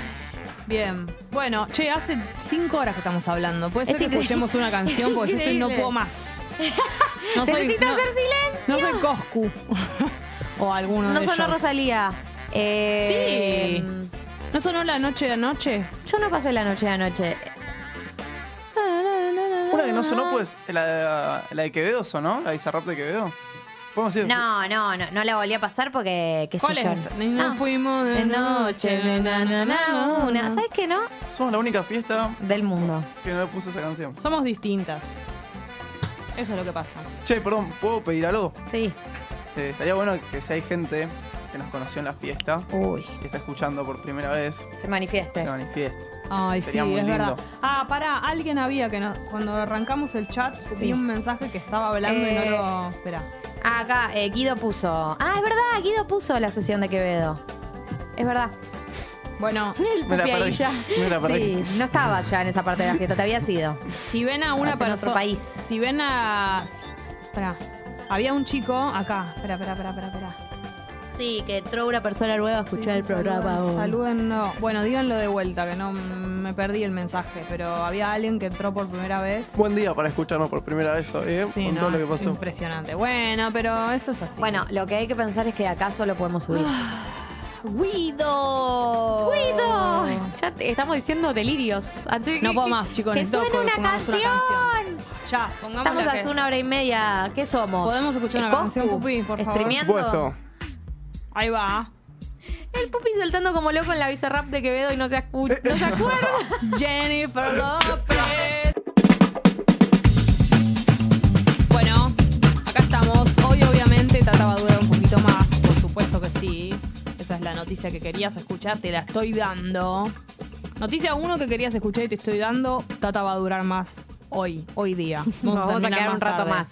A: bien. Bueno, che, hace cinco horas que estamos hablando. Puede ser
B: Es
A: que
B: increíble.
A: escuchemos una canción porque yo estoy no
B: Increíble.
A: puedo
B: *laughs*
A: más. No soy,
B: Necesito
A: no,
B: hacer silencio.
A: no soy Coscu. *laughs* o alguno
B: No
A: de
B: sonó
A: ellos.
B: Rosalía. Eh,
A: Sí. ¿No sonó la noche de anoche?
B: Yo no pasé la noche de anoche.
E: Una que no sonó, pues, la, la de Quevedo sonó, la Bizarrap de Quevedo. Podemos decir.
B: No, no, no, no la volví a pasar porque, qué
A: ¿Cuál
B: sé
A: es?
B: yo.
A: esa? Ni no
B: Ah.
A: fuimos de
B: De noche, na, na, na, na, una. ¿Sabes qué no?
E: Somos la única fiesta
B: Del mundo.
E: que no le puso esa canción.
A: Somos distintas. Eso es lo que pasa.
E: Che, perdón, ¿puedo pedir algo?
B: Sí.
E: Eh, estaría bueno que si hay gente que nos conoció en la fiesta
B: Uy,
E: y está escuchando por primera vez,
B: se manifieste.
E: se manifieste.
A: Ay,
E: Sería
A: sí,
E: muy
A: es
E: lindo.
A: verdad. Ah, pará, alguien había que no- cuando arrancamos el chat, vi un mensaje que estaba hablando y
B: Eh.
A: no lo. Espera.
B: Ah, acá, eh, Guido puso. Ah, es verdad, Guido puso la sesión de Quevedo. Es verdad.
A: Bueno,
B: El
E: Me la
B: pupi ahí
E: perdí,
B: ya.
E: me la perdí.
B: Sí, no estabas ya en esa parte de la fiesta, te había sido.
A: si ven a una
B: Estás en otro
A: persona.
B: país.
A: Si ven a. Pará. Había un chico acá. Espera, espera, espera, espera. espera.
B: Sí, que entró una persona nueva a escuchar el programa. hoy.
A: Saluden, no. Bueno, díganlo de vuelta, que no me perdí el mensaje, pero había alguien que entró por primera vez.
E: Buen día para escucharnos por primera vez hoy, ¿eh?
A: Sí,
E: con
A: no,
E: todo lo que
A: es
E: pasó.
A: impresionante. Bueno, pero esto es así.
B: Bueno, lo que hay que pensar es que acaso lo podemos subir. Ah, ¡Guido!
F: ¡Guido! Ya te- estamos diciendo delirios. Antes de que-
A: no puedo más, chicos.
F: que
A: necesito
F: suene
A: que
F: una
A: pongamos
F: canción.
A: Ya, pongamos
B: Estamos hace una hora y media. ¿Qué somos?
A: ¿Podemos escuchar una
B: ¿El Coscu?
A: canción, Pupi, por favor?
E: Por
B: ¿Streameando?
E: supuesto.
A: Ahí va.
B: *laughs*
F: El pupi saltando como loco en la bizarrap de Quevedo y no se, escu- no
E: *laughs*
F: se acuerda.
A: Jennifer López. Bueno, acá estamos. Hoy obviamente trataba durar un poquito más, por supuesto que sí. Esa es la noticia que querías escuchar, te la estoy dando. Noticia uno que querías escuchar y te estoy dando, Tata va a durar más hoy, hoy
B: *laughs*
A: día.
B: Nos vamos a
A: terminar
B: quedar un rato
A: tarde.
B: más.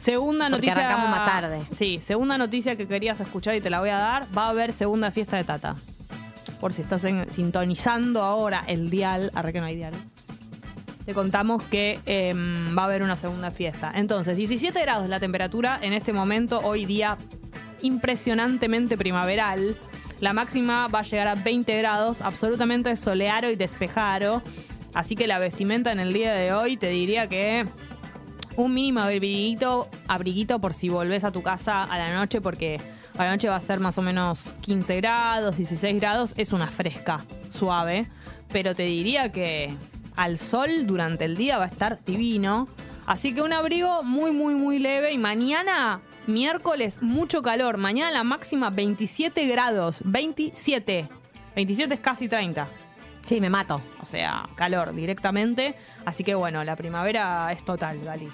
A: Segunda
B: Porque
A: noticia.
B: arrancamos más tarde.
A: Sí, segunda noticia que querías escuchar y te la voy a dar. Va a haber segunda fiesta de Tata. Por si estás en- sintonizando ahora el dial, arre que no hay dial. Te contamos que em, va a haber una segunda fiesta. Entonces, 17 grados la temperatura en este momento, hoy día impresionantemente primaveral. La máxima va a llegar a 20 grados, absolutamente soleado y despejado. Así que la vestimenta en el día de hoy te diría que un mínimo abriguito, abriguito por si volvés a tu casa a la noche, porque a la noche va a ser más o menos 15 grados, 16 grados. Es una fresca, suave. Pero te diría que al sol durante el día va a estar divino. Así que un abrigo muy, muy, muy leve. Y mañana, miércoles, mucho calor. Mañana la máxima 27 grados. 27. 27 es casi 30.
B: Sí, me mato.
A: O sea, calor directamente. Así que bueno, la primavera es total, Gali.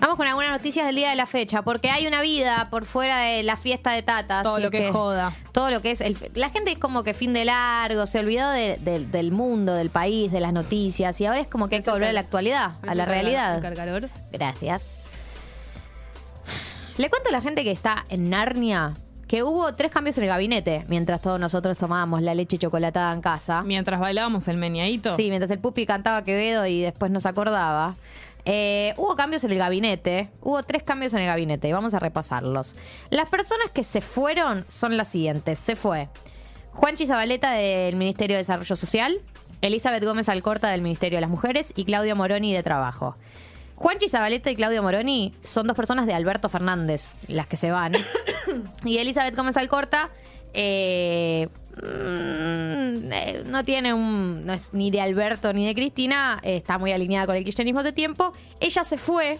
B: Vamos con algunas noticias del día de la fecha, porque hay una vida por fuera de la fiesta de Tata.
A: Todo
B: así
A: lo que es joda.
B: Todo lo que es. el- la gente es como que fin de largo, se olvidó de- de- del mundo, del país, de las noticias, y ahora es como que hay que
A: Presenta
B: volver a la
A: el-
B: actualidad, a
A: Acerca del-
B: la
A: acerca
B: realidad.
A: del calor.
B: Gracias. Le cuento a la gente que está en Narnia que hubo tres cambios en el gabinete mientras todos nosotros tomábamos la leche chocolatada en casa.
A: Mientras bailábamos el meneadito.
B: Ah. Sí, mientras el pupi cantaba Quevedo y después nos acordaba. Eh, hubo cambios en el gabinete. Hubo tres cambios en el gabinete y vamos a repasarlos. Las personas que se fueron son las siguientes. Se fue Juanchi Zabaleta del Ministerio de Desarrollo Social, Elizabeth Gómez Alcorta del Ministerio de las Mujeres y Claudio Moroni de Trabajo. Juanchi Zabaleta y Claudio Moroni son dos personas de Alberto Fernández las que se van. Y Elizabeth Gómez Alcorta eh, mm, eh, no tiene un. no es ni de Alberto ni de Cristina, eh, está muy alineada con el kirchnerismo de tiempo. Ella se fue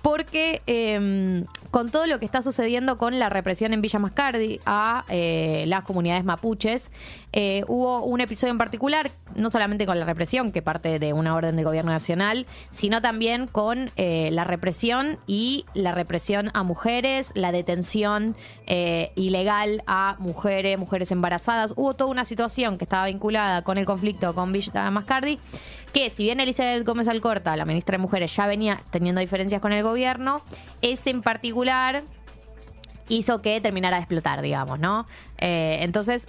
B: porque eh, con todo lo que está sucediendo con la represión en Villa Mascardi a eh, las comunidades mapuches, eh, hubo un episodio en particular, no solamente con la represión, que parte de una orden del gobierno nacional, sino también con eh, la represión y la represión a mujeres, la detención eh, ilegal a mujeres, mujeres embarazadas. Hubo toda una situación que estaba vinculada con el conflicto con Villa Mascardi, que si bien Elizabeth Gómez Alcorta, la ministra de Mujeres, ya venía teniendo diferencias con el gobierno, ese en particular hizo que terminara de explotar, digamos, ¿no? Eh, entonces,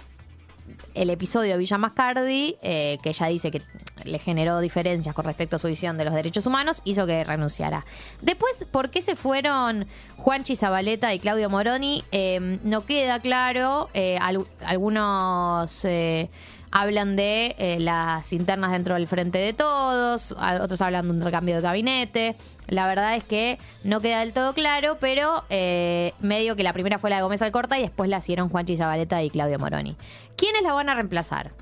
B: el episodio de Villa Mascardi, eh, que ella dice que le generó diferencias con respecto a su visión de los derechos humanos, hizo que renunciara. Después, ¿por qué se fueron Juanchi Zabaleta y Claudio Moroni? Eh, no queda claro. Eh, al- algunos eh, hablan de eh, las internas dentro del frente de todos, a- otros hablan de un recambio de gabinete. La verdad es que no queda del todo claro, pero eh, medio que la primera fue la de Gómez Alcorta y después la hicieron Juanchi Zabaleta y Claudio Moroni. ¿Quiénes la van a reemplazar?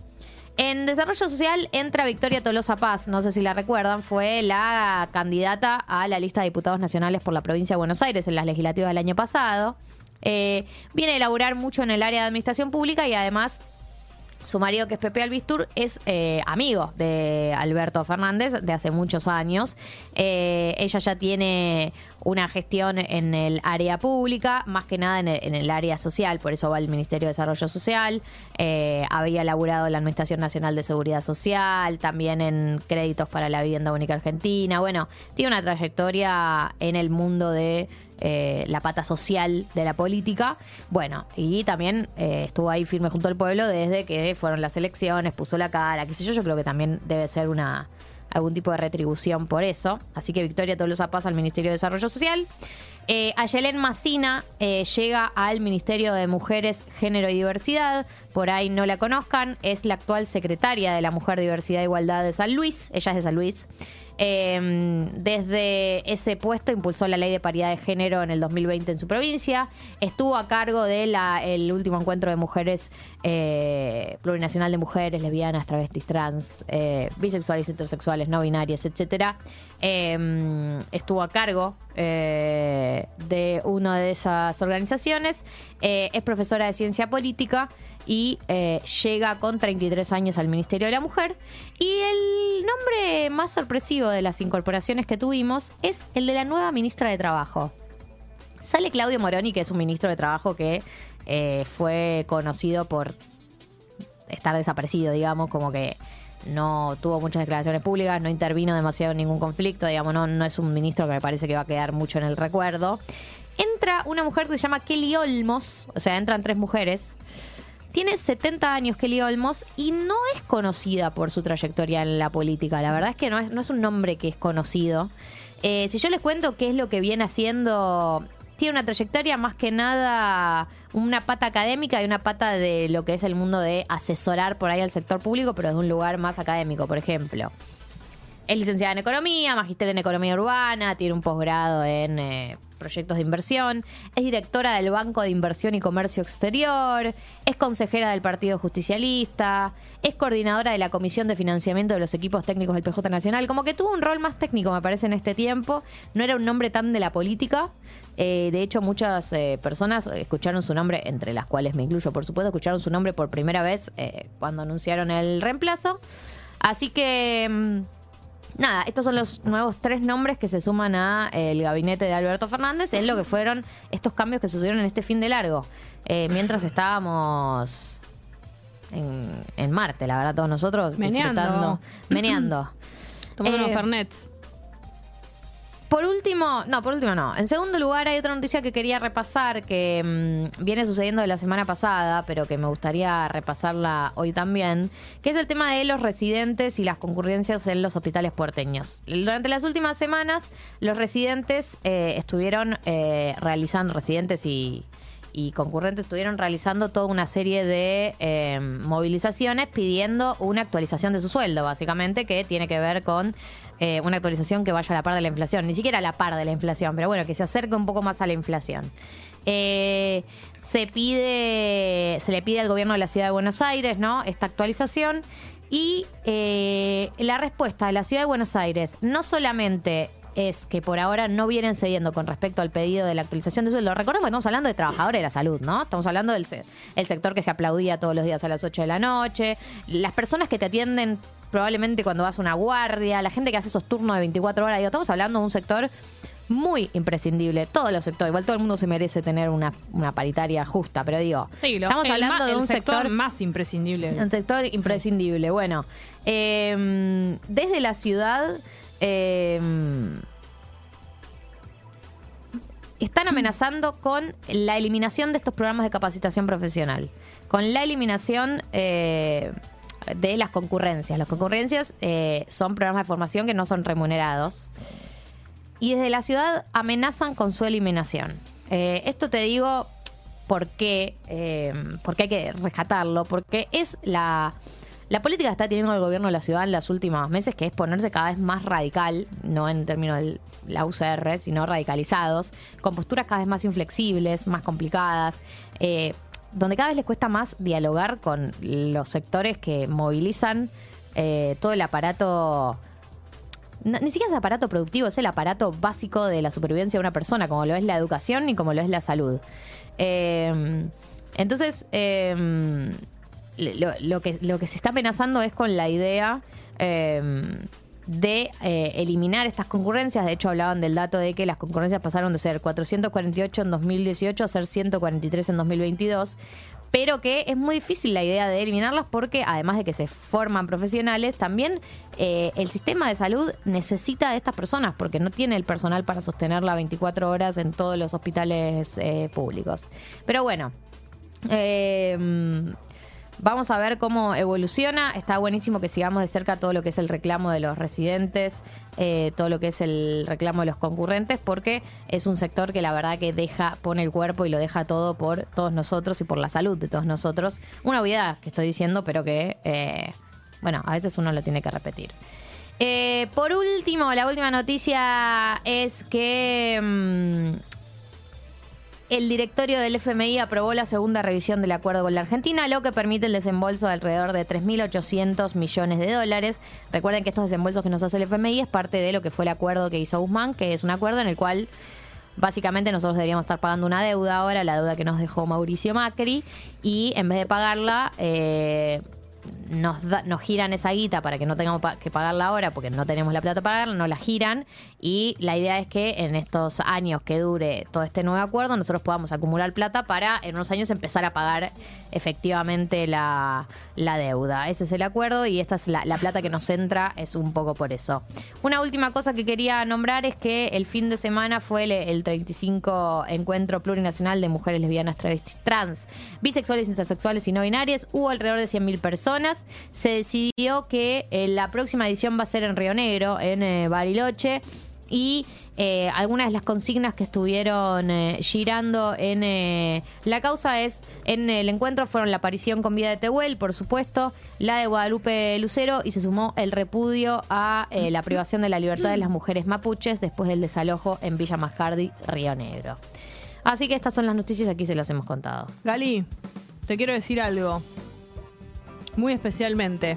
B: En Desarrollo Social entra Victoria Tolosa Paz, no sé si la recuerdan, fue la candidata a la lista de diputados nacionales por la provincia de Buenos Aires en las legislativas del año pasado. Eh, viene a elaborar mucho en el área de administración pública y además su marido, que es Pepe Albistur, es eh, amigo de Alberto Fernández de hace muchos años. Eh, ella ya tiene una gestión en el área pública, más que nada en el, en el área social, por eso va al Ministerio de Desarrollo Social. Eh, había laburado en la Administración Nacional de Seguridad Social, también en créditos para la vivienda única argentina. Bueno, tiene una trayectoria en el mundo de eh, la pata social de la política. Bueno, y también eh, estuvo ahí firme junto al pueblo desde que fueron las elecciones, puso la cara, qué sé yo, yo creo que también debe ser una algún tipo de retribución por eso. Así que Victoria Tolosa pasa al Ministerio de Desarrollo Social. Eh, Ayelen Macina eh, llega al Ministerio de Mujeres, Género y Diversidad. Por ahí no la conozcan. Es la actual secretaria de la Mujer, Diversidad e Igualdad de San Luis. Ella es de San Luis. Eh, desde ese puesto impulsó la ley de paridad de género en el 2020 en su provincia. Estuvo a cargo del último encuentro de mujeres eh, plurinacional de mujeres, lesbianas, travestis, trans, eh, bisexuales, intersexuales, no binarias, etcétera. Eh, estuvo a cargo eh, de una de esas organizaciones. Eh, es profesora de ciencia política y eh, llega con 33 años al Ministerio de la Mujer. Y el nombre más sorpresivo de las incorporaciones que tuvimos es el de la nueva ministra de Trabajo. Sale Claudio Moroni, que es un ministro de Trabajo que eh, fue conocido por estar desaparecido, digamos, como que no tuvo muchas declaraciones públicas, no intervino demasiado en ningún conflicto, digamos, no, no es un ministro que me parece que va a quedar mucho en el recuerdo. Entra una mujer que se llama Kelly Olmos, o sea, entran tres mujeres. Tiene 70 años Kelly Olmos y no es conocida por su trayectoria en la política. La verdad es que no es, no es un nombre que es conocido. Eh, si yo les cuento qué es lo que viene haciendo, tiene una trayectoria más que nada una pata académica y una pata de lo que es el mundo de asesorar por ahí al sector público, pero desde un lugar más académico, por ejemplo. Es licenciada en economía, magíster en economía urbana, tiene un posgrado en eh, proyectos de inversión, es directora del Banco de Inversión y Comercio Exterior, es consejera del Partido Justicialista, es coordinadora de la Comisión de Financiamiento de los Equipos Técnicos del PJ Nacional. Como que tuvo un rol más técnico, me parece, en este tiempo. No era un nombre tan de la política. Eh, de hecho, muchas eh, personas escucharon su nombre, entre las cuales me incluyo, por supuesto, escucharon su nombre por primera vez eh, cuando anunciaron el reemplazo. Así que... mm, Nada, estos son los nuevos tres nombres que se suman a eh, el gabinete de Alberto Fernández. Es lo que fueron estos cambios que sucedieron en este fin de largo. Eh, mientras estábamos en, en Marte, la verdad, todos nosotros
A: Meneando.
B: disfrutando. Meneando.
A: Tomando
B: Eh,
A: unos fernets.
B: Por último, no, por último no. En segundo lugar hay otra noticia que quería repasar que mm, viene sucediendo de la semana pasada, pero que me gustaría repasarla hoy también, que es el tema de los residentes y las concurrencias en los hospitales porteños. Durante las últimas semanas los residentes eh, estuvieron eh, realizando, residentes y, y concurrentes estuvieron realizando toda una serie de eh, movilizaciones pidiendo una actualización de su sueldo, básicamente, que tiene que ver con eh, una actualización que vaya a la par de la inflación. Ni siquiera a la par de la inflación, pero bueno, que se acerque un poco más a la inflación. Eh, se pide, se le pide al gobierno de la ciudad de Buenos Aires, ¿no? Esta actualización. Y eh, la respuesta de la ciudad de Buenos Aires no solamente es que por ahora no vienen cediendo con respecto al pedido de la actualización de sueldo. Recordemos que estamos hablando de trabajadores de la salud, ¿no? Estamos hablando del se- el sector que se aplaudía todos los días a las 8 de la noche, las personas que te atienden probablemente cuando vas a una guardia, la gente que hace esos turnos de 24 horas. Digo, estamos hablando de un sector muy imprescindible, todos los sectores. Igual todo el mundo se merece tener una, una paritaria justa, pero digo,
A: Sí, lo-
B: estamos
A: el
B: hablando
A: ma-
B: de
A: el
B: un sector
A: más imprescindible.
B: un sector imprescindible. Bueno, eh, desde la ciudad eh, están amenazando con la eliminación de estos programas de capacitación profesional, con la eliminación eh, de las concurrencias. Las concurrencias eh, son programas de formación que no son remunerados y desde la ciudad amenazan con su eliminación. Eh, esto te digo porque, eh, porque hay que rescatarlo, porque es la, la política que está teniendo el gobierno de la ciudad en los últimos meses, que es ponerse cada vez más radical, no en términos de la UCR, sino radicalizados, con posturas cada vez más inflexibles, más complicadas. eh, donde cada vez les cuesta más dialogar con los sectores que movilizan eh, todo el aparato no- ni siquiera es aparato productivo, es el aparato básico de la supervivencia de una persona, como lo es la educación y como lo es la salud. Eh, entonces, eh, lo, lo que, lo que se está amenazando es con la idea eh, de eh, eliminar estas concurrencias. De hecho, hablaban del dato de que las concurrencias pasaron de ser 448 en 2018 a ser 143 en 2022. Pero que es muy difícil la idea de eliminarlas porque además de que se forman profesionales, también eh, el sistema de salud necesita de estas personas porque no tiene el personal para sostenerla 24 horas en todos los hospitales eh, públicos. Pero bueno, eh, Vamos a ver cómo evoluciona. Está buenísimo que sigamos de cerca todo lo que es el reclamo de los residentes, eh, todo lo que es el reclamo de los concurrentes, porque es un sector que la verdad que deja, pone el cuerpo y lo deja todo por todos nosotros y por la salud de todos nosotros. Una obviedad que estoy diciendo, pero que, eh, bueno, a veces uno lo tiene que repetir. Eh, por último, la última noticia es que mm, el directorio del FMI aprobó la segunda revisión del acuerdo con la Argentina, lo que permite el desembolso de alrededor de 3.800 millones de dólares. Recuerden que estos desembolsos que nos hace el FMI es parte de lo que fue el acuerdo que hizo Guzmán, que es un acuerdo en el cual básicamente nosotros deberíamos estar pagando una deuda ahora, la deuda que nos dejó Mauricio Macri, y en vez de pagarla... eh, nos, da- nos giran esa guita para que no tengamos pa- que pagarla ahora porque no tenemos la plata para pagarla, no la giran y la idea es que en estos años que dure todo este nuevo acuerdo nosotros podamos acumular plata para en unos años empezar a pagar efectivamente la, la deuda. Ese es el acuerdo y esta es la, la plata que nos entra, es un poco por eso. Una última cosa que quería nombrar es que el fin de semana fue el, el 35 Encuentro Plurinacional de Mujeres Lesbianas, Travestis, Trans, Bisexuales, Intersexuales y No Binarias. Hubo alrededor de 100.000 personas. Se decidió que eh, la próxima edición va a ser en Río Negro, en eh, Bariloche. Y eh, algunas de las consignas que estuvieron eh, girando en eh, la causa es, en el encuentro fueron la aparición con vida de Tehuel, por supuesto, la de Guadalupe Lucero y se sumó el repudio a eh, la privación de la libertad de las mujeres mapuches después del desalojo en Villa Mascardi, Río Negro. Así que estas son las noticias, aquí se las hemos contado.
A: Gali, te quiero decir algo. Muy especialmente.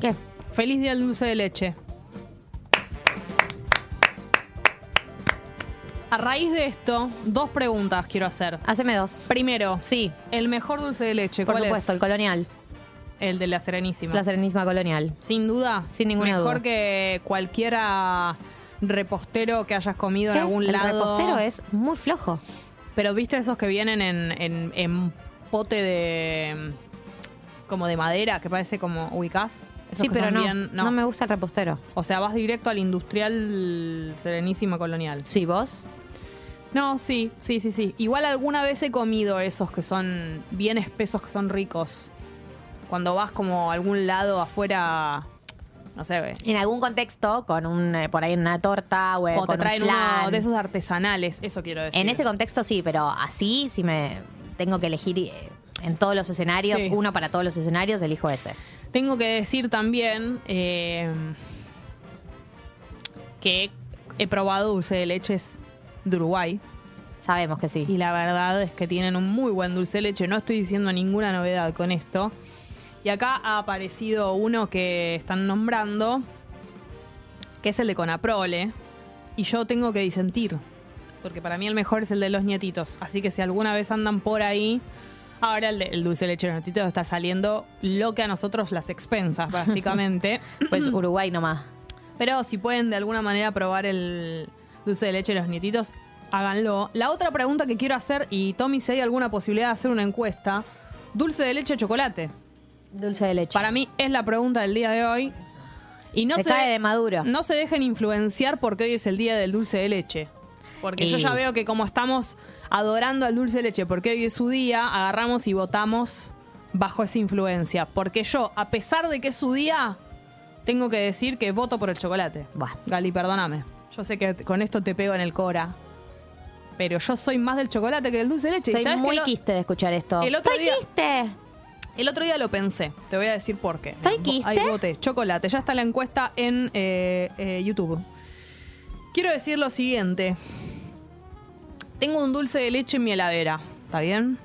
B: ¿Qué?
A: Feliz día del dulce de leche. A raíz de esto, dos preguntas quiero hacer.
B: Haceme dos.
A: Primero,
B: Sí,
A: el mejor dulce de leche,
B: por
A: ¿cuál
B: supuesto, el
A: es?
B: colonial,
A: El, de la Serenísima.
B: la serenísima colonial.
A: Sin duda.
B: Sin ninguna
A: Mejor
B: duda.
A: que cualquiera repostero que hayas comido
B: ¿Qué?
A: en algún
B: el
A: lado.
B: repostero es muy flojo.
A: Pero viste esos que vienen en, en- en pote de. como de madera, que parece como ubicás. Esos
B: Sí,
A: que
B: pero
A: son
B: no,
A: bien-
B: no me gusta el repostero.
A: O sea, vas directo al industrial Serenísima Colonial.
B: Sí, vos.
A: No, sí, sí, sí, sí. Igual alguna vez he comido esos que son bien espesos, que son ricos. Cuando vas como a algún lado afuera. No sé, güey.
B: En algún contexto, con un eh, por ahí una torta o eh,
A: O
B: con
A: te
B: un
A: traen
B: flan.
A: uno de esos artesanales, eso quiero decir.
B: En ese contexto sí, pero así si me tengo que elegir eh, en todos los escenarios,
A: Sí.
B: uno para todos los escenarios, elijo ese.
A: Tengo que decir también eh, que he probado dulce de leches de Uruguay
B: Sabemos que sí.
A: y la verdad es que tienen un muy buen dulce de leche. No estoy diciendo ninguna novedad con esto. Y acá ha aparecido uno que están nombrando, que es el de Conaprole. Y yo tengo que disentir, porque para mí el mejor es el de los nietitos. Así que si alguna vez andan por ahí, ahora el, de- el dulce de leche de los nietitos está saliendo lo que a nosotros las expensas, básicamente.
B: Pues Uruguay nomás.
A: Pero si pueden de alguna manera probar el dulce de leche de los nietitos, háganlo. La otra pregunta que quiero hacer, y Tommy, si hay alguna posibilidad de hacer una encuesta, dulce de leche o chocolate.
B: Dulce de leche.
A: Para mí es la pregunta del día de hoy. Y no
B: se,
A: se,
B: cae de maduro.
A: no se dejen influenciar porque hoy es el día del dulce de leche. Porque yo
B: Y-
A: ya veo que como estamos adorando al dulce de leche porque hoy es su día, agarramos y votamos bajo esa influencia. Porque yo, a pesar de que es su día, tengo que decir que voto por el chocolate.
B: Buah.
A: Gali, perdóname. Yo sé que t- con esto te pego en el cora. Pero yo soy más del chocolate que del dulce de leche. Y
B: Estoy
A: ¿sabes
B: muy
A: qué? Lo-
B: quiste de escuchar esto.
A: El otro
B: Estoy
A: día-
B: quiste.
A: el otro día lo pensé. Te voy a decir por qué.
B: ¿Estoy
A: Vo-
B: quiste?
A: Ahí voté. Chocolate. Ya está la encuesta en eh, eh, YouTube. Quiero decir lo siguiente. Tengo un dulce de leche en mi heladera. ¿Está bien?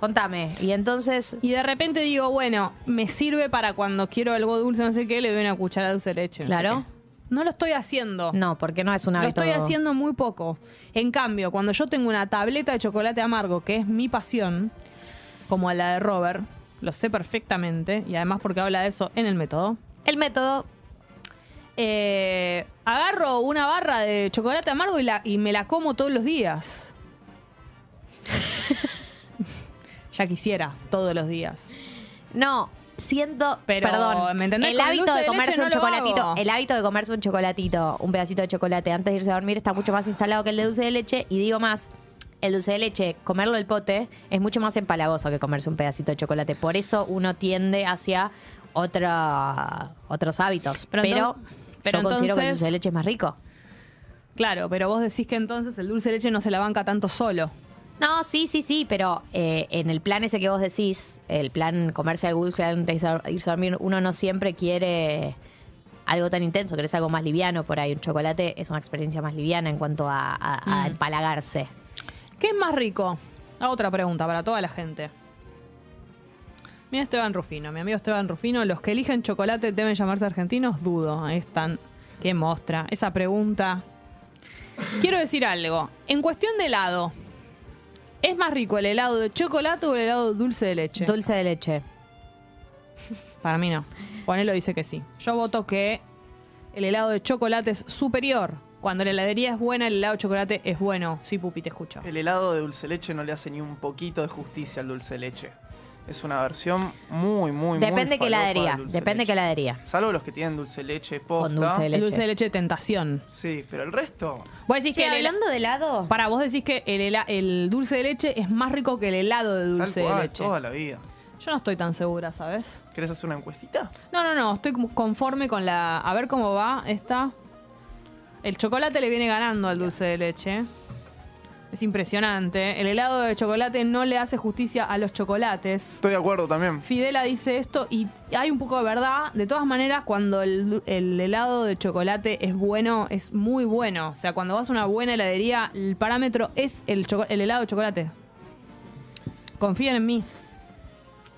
B: Contame. Y entonces,
A: Y de repente digo, bueno, me sirve para cuando quiero algo dulce, no sé qué, le doy una cucharada de dulce de leche. no sé
B: Claro.
A: qué. No lo estoy haciendo.
B: no, porque no es un
A: Lo
B: hábito.
A: estoy haciendo muy poco. En cambio, cuando yo tengo una tableta de chocolate amargo, que es mi pasión, como la de Robert, lo sé perfectamente, y además porque habla de eso en el método,
B: El método
A: eh, agarro una barra de chocolate amargo y, la, y me la como todos los días. *laughs* ya quisiera, todos los días.
B: No, siento,
A: Pero,
B: perdón,
A: ¿me entendés?
B: el
A: Con
B: hábito
A: dulce
B: de
A: de leche
B: comerse
A: no
B: un
A: lo
B: chocolatito,
A: hago.
B: el hábito de comerse un chocolatito, un pedacito de chocolate antes de irse a dormir está mucho más instalado que el de dulce de leche y digo más, el dulce de leche, comerlo el pote, es mucho más empalagoso que comerse un pedacito de chocolate. Por eso uno tiende hacia otra, otros hábitos.
A: Pero
B: Pero,
A: enton- pero
B: yo considero que el
A: entonces-
B: dulce de leche es más rico.
A: Claro, pero vos decís que entonces el dulce de leche no se la banca tanto solo.
B: No, sí, sí, sí, pero eh, en el plan ese que vos decís, el plan comerse algo dulce antes de irse a- irse a dormir, uno no siempre quiere algo tan intenso, querés algo más liviano por ahí. Un chocolate es una experiencia más liviana en cuanto a, a- a
E: Mm.
B: empalagarse.
A: ¿Qué es más rico? Ah, otra pregunta para toda la gente. Mira Esteban Rufino, mi amigo Esteban Rufino, los que eligen chocolate deben llamarse argentinos, dudo. Ahí están. Qué mostra. Esa pregunta. Quiero decir algo. En cuestión de helado, ¿es más rico el helado de chocolate o el helado dulce de leche?
B: Dulce de leche.
A: Para mí no. Juanelo dice que sí. Yo voto que el helado de chocolate es superior. Cuando la heladería es buena, el helado de chocolate es bueno. Sí, Pupi, te escucho.
E: El helado de dulce leche no le hace ni un poquito de justicia al dulce leche. Es una versión muy, muy,
B: Depende qué
E: muy falopa del
B: heladería,
E: dulce
B: depende
E: leche.
B: qué heladería.
E: Salvo los que tienen dulce leche posta.
B: Con dulce de
A: El
B: leche.
A: dulce de leche de tentación.
E: Sí, pero el resto.
A: Vos decís
B: Che,
A: que el hela-
B: hablando de helado,
A: Para vos decís que el, hela- el dulce de leche es más rico que el helado de dulce
E: tal cual,
A: de leche.
E: Toda la vida.
A: Yo no estoy tan segura, ¿sabes?
E: ¿Querés hacer una encuestita?
A: No, no, no. Estoy como conforme con la. A ver cómo va esta. El chocolate le viene ganando al dulce de leche. Es impresionante. El helado de chocolate no le hace justicia a los chocolates.
E: Estoy de acuerdo también.
A: Fidela dice esto y hay un poco de verdad. De todas maneras, cuando el, el helado de chocolate es bueno, es muy bueno. O sea, cuando vas a una buena heladería, el parámetro es el, choco- el helado de chocolate. Confíen en mí.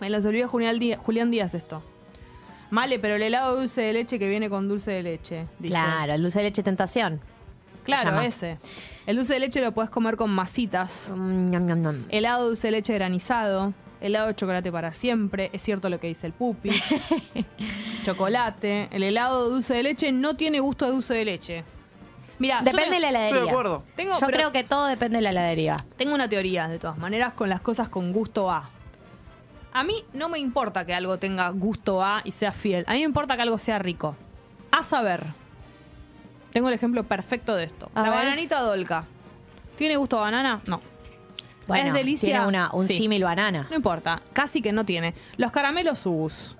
A: Me los olvidó Julián Díaz, Julián Díaz esto. Vale, pero el helado dulce de leche que viene con dulce de leche. dice.
B: claro, el dulce de leche tentación.
E: Ah,
A: Claro,
B: llama.
A: ese. El dulce de leche lo puedes comer con masitas.
B: Mm, ñam, ñam, ñam.
A: Helado de dulce de leche granizado. Helado de chocolate para siempre. Es cierto lo que dice el
B: *laughs*
A: pupi. chocolate. El helado de dulce de leche no tiene gusto de dulce de leche. Mira,
B: Depende de la heladería.
E: Estoy de acuerdo.
A: Tengo,
B: Yo
A: pero-
B: creo que todo depende de la heladería.
A: tengo una teoría, de todas maneras, con las cosas con gusto A. A mí no me importa que algo tenga gusto A y sea fiel. A mí me importa que algo sea rico. A saber. Tengo el ejemplo perfecto de esto.
B: A
A: la
B: ver.
A: bananita dolca. ¿Tiene gusto a banana? No.
B: Bueno,
A: es delicia.
B: tiene una, un
A: Sí.
B: símil banana.
A: No importa, casi que no tiene. Los caramelos Ubus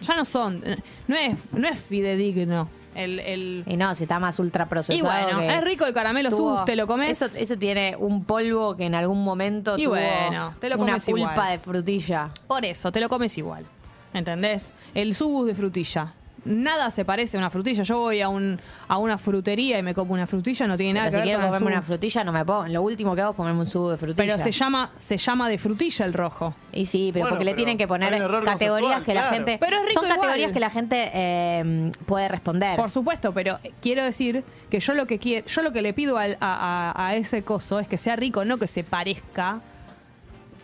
A: ya no son, no es, no es fidedigno. El, el-
B: Y no, si está más
A: y
B: ultraprocesado.
A: bueno,
B: que
A: es rico el caramelo
B: tuvo-
A: Ubus, te lo comes.
B: Eso, eso tiene un polvo que en algún momento
A: Y
B: tuvo
A: bueno, te lo
B: una
A: comes
B: pulpa
A: igual.
B: de frutilla.
A: Por eso, te lo comes igual. ¿Entendés? El Subus de frutilla. Nada se parece a una frutilla. Yo voy a, un, a una frutería y me como una frutilla, no tiene nada
B: Pero si
A: que ver
B: quiero
A: con el
B: comerme una
A: Subus.
B: frutilla, no me puedo. Lo último que hago es comerme un subo de frutilla.
A: Pero se llama, se llama de frutilla el rojo.
B: Y sí, pero
E: Bueno,
B: porque le
E: pero
B: tienen que poner
E: hay un error
B: categorías
E: conceptual,
B: que la
E: claro.
B: gente.
A: Pero es rico
B: son categorías
A: igual.
B: que la gente eh, puede responder.
A: Por supuesto, pero quiero decir que yo lo que quiero, yo lo que le pido al- a, a- a ese coso es que sea rico, no que se parezca.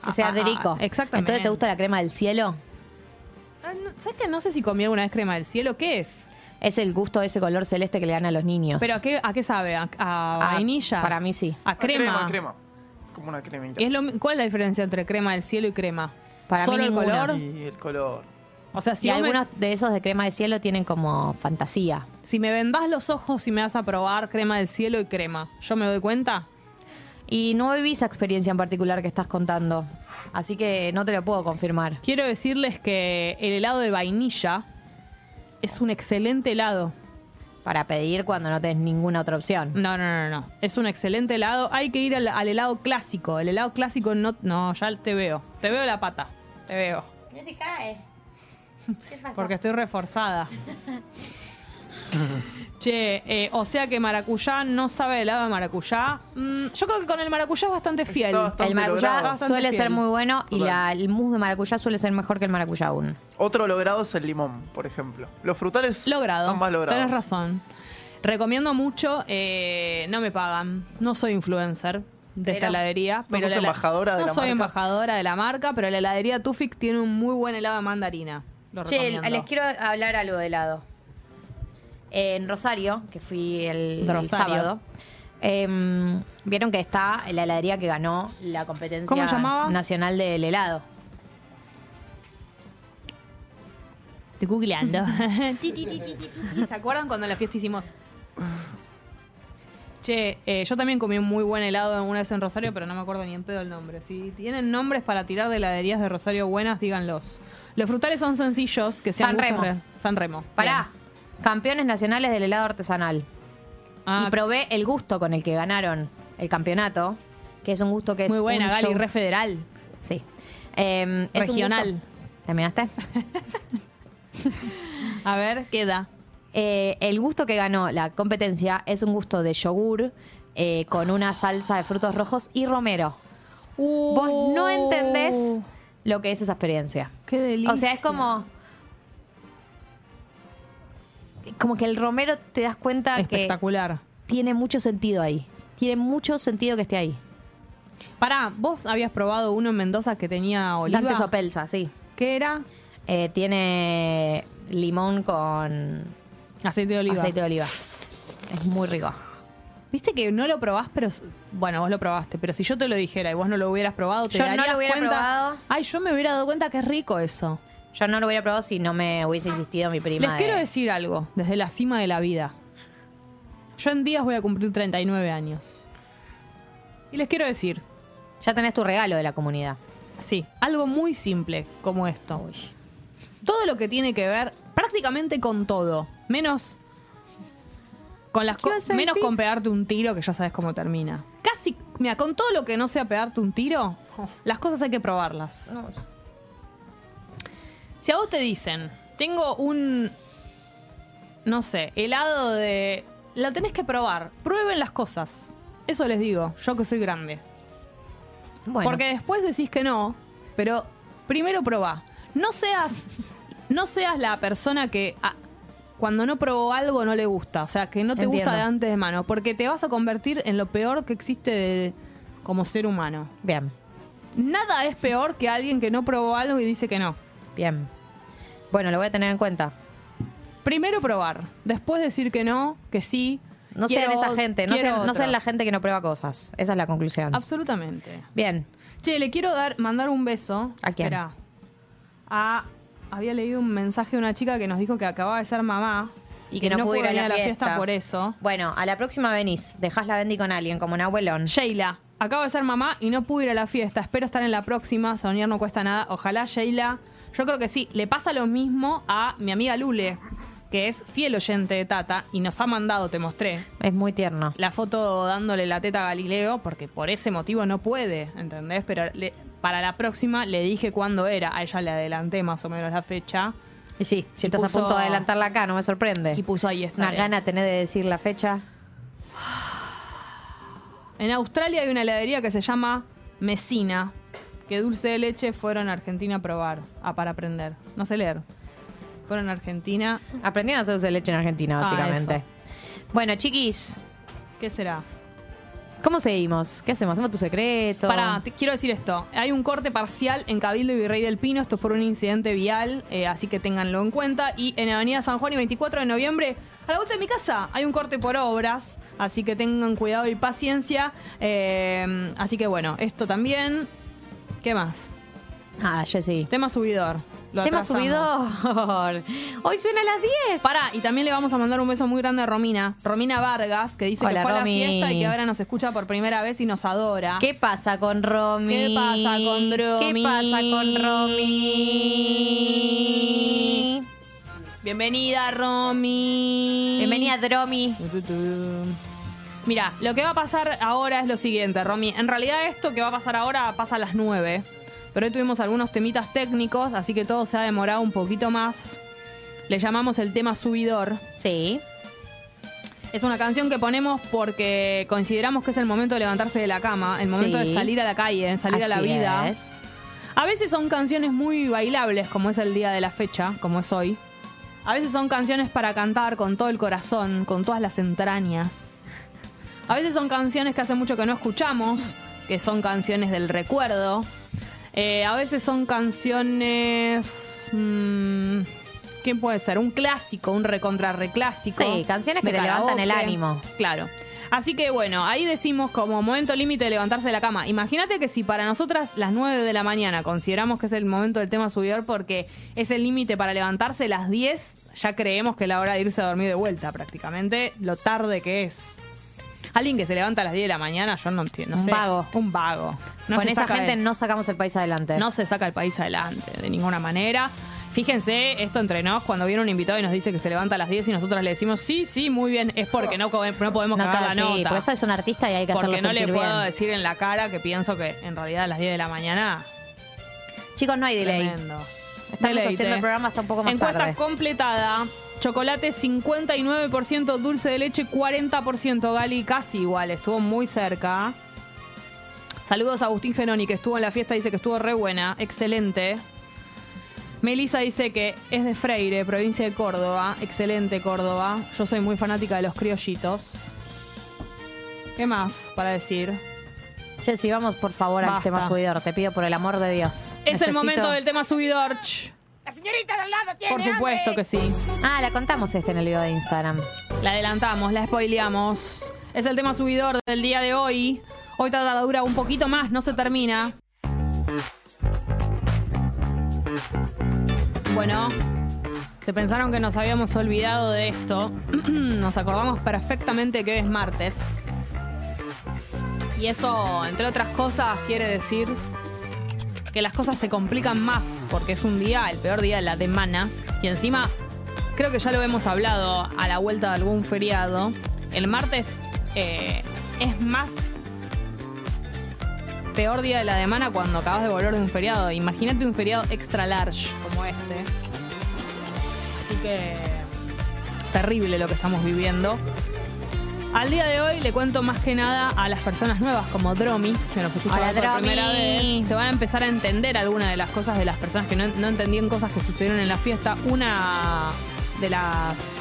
B: que sea
A: a-
B: de
A: a-
B: rico.
A: Exactamente.
B: Entonces, ¿te gusta la crema del cielo?
A: Ah, no, ¿Sabes que no sé si comí alguna vez crema del cielo? ¿Qué es?
B: Es el gusto de ese color celeste que le dan a los niños.
A: ¿Pero a qué, a qué sabe? ¿A, a
B: Ah,
A: vainilla?
B: Para mí sí.
A: A crema.
E: Crema, crema. Como una cremita.
A: ¿Y es lo mi- ¿Cuál es la diferencia entre crema del cielo y crema?
B: Para mí
A: ¿Solo el
B: ninguna.
A: color?
E: Y el color.
A: O sea, si,
B: y
A: vos me-
B: algunos de esos de crema de cielo tienen como fantasía.
A: si me vendás los ojos y me vas a probar crema del cielo y crema, ¿yo me doy cuenta?
B: Y no viví esa experiencia en particular que estás contando. Así que no te lo puedo confirmar.
A: Quiero decirles que el helado de vainilla es un excelente helado.
B: Para pedir cuando no tenés ninguna otra opción.
A: No, no, no, no. Es un excelente helado. Hay que ir al, al helado clásico. El helado clásico no. No, ya te veo. Te veo la pata. Te veo.
F: No te cae.
A: Porque estoy reforzada. che, eh, o sea que maracuyá no sabe el helado de maracuyá. Mm, yo creo que con el maracuyá es bastante fiel.
E: Está bastante
B: El maracuyá
E: logrado.
A: Bastante
B: suele ser
A: fiel.
B: muy bueno y
E: Total.
B: la- el mousse de maracuyá suele ser mejor que el maracuyá aún.
E: Otro logrado es el limón, por ejemplo. Los frutales
A: Logrado.
E: están más logrados.
A: Tenés razón. Recomiendo mucho. eh, no me pagan. No soy influencer de esta
B: Pero-
A: heladería.
E: ¿No sos embajadora de
A: no
E: la
A: soy
E: marca?
A: embajadora de la marca, pero la heladería Tufik tiene un muy buen helado de mandarina. Lo recomiendo.
B: quiero hablar algo de helado. En Rosario, que fui
A: De
B: el, el
A: Rosario.
B: sábado, em, vieron que está la heladería que ganó la competencia
A: ¿Cómo llamaba?
B: nacional del helado.
A: Estoy *laughs* googleando. Ti, ti, ti, ti, ti, ti. ¿Se acuerdan cuando en la fiesta hicimos? *sighs* Che, eh, yo también comí un muy buen helado alguna vez en Rosario, pero no me acuerdo ni en pedo el nombre. Si tienen nombres para tirar de heladerías de Rosario buenas, díganlos. Los frutales son sencillos, que sean
B: San
A: gustos
B: Remo.
A: re- San Remo.
B: Pará, campeones nacionales del helado artesanal.
A: Bien. Ah,
B: y probé el gusto con el que ganaron el campeonato, que es un gusto que es
A: muy buena,
B: un
A: Gali,
B: show-
A: re federal.
B: Sí. Eh, es un
A: Regional.
B: gusto-
A: *laughs*
B: ¿Terminaste?
A: A ver, queda.
B: Eh, el gusto que ganó la competencia es un gusto de yogur eh, con una salsa de frutos rojos y romero.
A: Uh.
B: Vos no entendés lo que es esa experiencia.
A: Qué delicia.
B: O sea, es como. Como que el romero te das cuenta que
A: Espectacular.
B: tiene mucho sentido ahí. Tiene mucho sentido que esté ahí.
A: Pará, vos habías probado uno en Mendoza que tenía oliva.
B: Dante Sopelsa, sí.
A: ¿Qué era?
B: Eh, tiene limón con
A: Aceite de oliva.
B: aceite de oliva. Es muy rico.
A: Viste que no lo probás, pero. Bueno, vos lo probaste, pero si yo te lo dijera y vos no lo hubieras probado, te
B: Yo no
A: darías
B: lo hubiera
A: cuenta-
B: probado.
A: Ay, yo me hubiera dado cuenta que es rico eso.
B: Yo no lo hubiera probado si no me hubiese insistido mi prima.
A: Les
B: de-
A: quiero decir algo, desde la cima de la vida. Yo en días voy a cumplir 39 años. Y les quiero decir,
B: Ya tenés tu regalo de la comunidad.
A: sí, algo muy simple como esto. Todo lo que tiene que ver prácticamente con todo, menos con las
F: ¿Qué
A: co-
F: vas a
A: menos
F: decir?
A: con pegarte un tiro que ya sabes cómo termina. Casi, mira, con todo lo que no sea pegarte un tiro,
F: Oh.
A: las cosas hay que probarlas. Si a vos te dicen, tengo un, no sé, helado de... Lo tenés que probar, prueben las cosas. Eso les digo, yo que soy grande.
B: Bueno,
A: Porque después decís que no, pero primero probá. No seas, no seas la persona que ah, cuando no probó algo no le gusta. O sea, que no te gusta
B: Entiendo.
A: de antes de mano. Porque te vas a convertir en lo peor que existe de- como ser humano.
B: bien,
A: Nada es peor que alguien que no probó algo y dice que no.
B: bien. Bueno, lo voy a tener en cuenta.
A: Primero probar, después decir que no, que sí.
B: No
A: quiero
B: sean esa
A: ot-
B: gente, no
A: quiero
B: sean, no
A: otro.
B: sean la gente que no prueba cosas. Esa es la conclusión.
A: Absolutamente.
B: Bien,
A: Che, le quiero dar, mandar un beso.
B: ¿A quién?
A: Esperá. A- había leído un mensaje de una chica que nos dijo que acababa de ser mamá.
B: y que no, pude ir a la, fiesta.
A: por eso.
B: Bueno, a la próxima venís. Dejás la Bendy con alguien, como un abuelón.
A: Sheila, acabo de ser mamá y no pude ir a la fiesta. Espero estar en la próxima. Soñar no cuesta nada. Ojalá, Sheila. Yo creo que sí. Le pasa lo mismo a mi amiga Lule, que es fiel oyente de Tata y nos ha mandado, te mostré,
B: Es muy tierno.
A: la foto dándole la teta a Galileo, porque por ese motivo no puede, ¿entendés? Pero le- para la próxima le dije cuándo era, a ella le adelanté más o menos la fecha
B: Y sí,
A: Y
B: si estás
A: puso-
B: a punto de adelantarla acá, no me sorprende.
A: y puso ahí está.
B: Una gana tenés de decir la fecha.
A: En Australia hay una heladería que se llama Mesina, que dulce de leche fueron a Argentina a probar, a para aprender. No sé leer. Fueron a Argentina,
B: Aprendieron a hacer dulce de leche en Argentina,
A: Ah,
B: básicamente. bueno, chiquis,
A: ¿qué será?
B: ¿cómo seguimos? ¿Qué hacemos? ¿Hacemos tu secreto?
A: Pará, te quiero decir esto. Hay un corte parcial en Cabildo y Virrey del Pino. Esto es por un incidente vial, eh, así que ténganlo en cuenta. Y en Avenida San Juan y 24 de noviembre, a la vuelta de mi casa, hay un corte por obras. Así que tengan cuidado y paciencia. Eh, así que bueno, esto también. ¿Qué más?
B: Ah, Jessy.
A: Tema subidor. Lo
B: Tema
A: atrasamos.
B: subidor. *laughs* Hoy suena a las 10.
A: Pará, y también le vamos a mandar un beso muy grande a Romina. Romina Vargas, que dice
B: Hola,
A: que fue
B: Romy.
A: a la fiesta y que ahora nos escucha por primera vez y nos adora.
B: ¿Qué pasa con Romy?
A: ¿Qué pasa con Romy?
B: ¿Qué pasa con Romy?
A: Bienvenida, Romy.
B: Bienvenida, Dromi.
A: Mira, lo que va a pasar ahora es lo siguiente, Romy. En realidad esto que va a pasar ahora pasa a las 9. Pero hoy tuvimos algunos temitas técnicos, así que todo se ha demorado un poquito más. Le llamamos el tema subidor.
B: Sí.
A: Es una canción que ponemos porque consideramos que es el momento de levantarse de la cama, el momento
B: Sí.
A: de salir a la calle, salir a la
B: Así
A: vida.
B: es.
A: A veces son canciones muy bailables, como es el día de la fecha, como es hoy. A veces son canciones para cantar con todo el corazón, con todas las entrañas. A veces son canciones que hace mucho que no escuchamos, que son canciones del recuerdo. Eh, a veces son canciones... mm, ¿Quién puede ser? Un clásico, un recontra reclásico.
B: Sí, canciones que
A: de
B: te levantan el
A: karaoke.
B: ánimo.
A: Claro. Así que bueno, ahí decimos como momento límite de levantarse de la cama. Imagínate que si para nosotras las 9 de la mañana consideramos que es el momento del tema subidor porque es el límite para levantarse las 10, ya creemos que es la hora de irse a dormir de vuelta prácticamente, lo tarde que es. Alguien que se levanta a las 10 de la mañana, yo no entiendo. no
B: Un
A: sé.
B: vago.
A: Un vago. No
B: Con
A: se
B: esa
A: saca
B: gente
A: de-
B: no sacamos el país adelante.
A: no se saca el país adelante de ninguna manera. Fíjense, esto entre nos, cuando viene un invitado y nos dice que se levanta a las 10 y nosotros le decimos, sí, sí, muy bien, es porque no, co- no podemos
B: No,
A: cagar la
B: claro, sí,
A: nota.
B: por eso es un artista y hay que hacerlo
A: porque no le
B: sentir
A: puedo
B: bien.
A: decir en la cara que pienso que en realidad a las 10 de la mañana,
B: Chicos, no hay delay.
A: tremendo.
B: Estamos
A: Deleite.
B: haciendo el programa hasta un poco más
A: Encuesta
B: tarde.
A: completada. Chocolate 59%, dulce de leche 40%, Gali casi igual, estuvo muy cerca. Saludos a Agustín Genoni, que estuvo en la fiesta, dice que estuvo re buena, excelente. Melissa dice que es de Freire, provincia de Córdoba, excelente Córdoba. Yo soy muy fanática de los criollitos. ¿Qué más para decir?
B: Jessy, vamos por favor al
A: Basta.
B: tema subidor. Te pido por el amor de Dios.
A: Es el
B: Necesito-
A: momento del tema subidor. La señorita del lado Por supuesto que sí.
B: Ah, la contamos este en el video de Instagram.
A: La adelantamos, la spoileamos. Es el tema subidor del día de hoy. Hoy tarda dura un poquito más, no se termina. Bueno, se pensaron que nos habíamos olvidado de esto. *clears throat* nos acordamos perfectamente que hoy es martes. Y eso, entre otras cosas, quiere decir que las cosas se complican más porque es un día, el peor día de la semana. Y encima, creo que ya lo hemos hablado a la vuelta de algún feriado. El martes eh, es más peor día de la semana cuando acabas de volver de un feriado. Imagínate un feriado extra large como este. Así que terrible lo que estamos viviendo. Al día de hoy le cuento más que nada a las personas nuevas como Dromi, que nos escucha
B: Hola,
A: hoy por
B: Dromi.
A: primera vez. Se van a empezar a entender algunas de las cosas de las personas que no, no entendían cosas que sucedieron en la fiesta. Una de las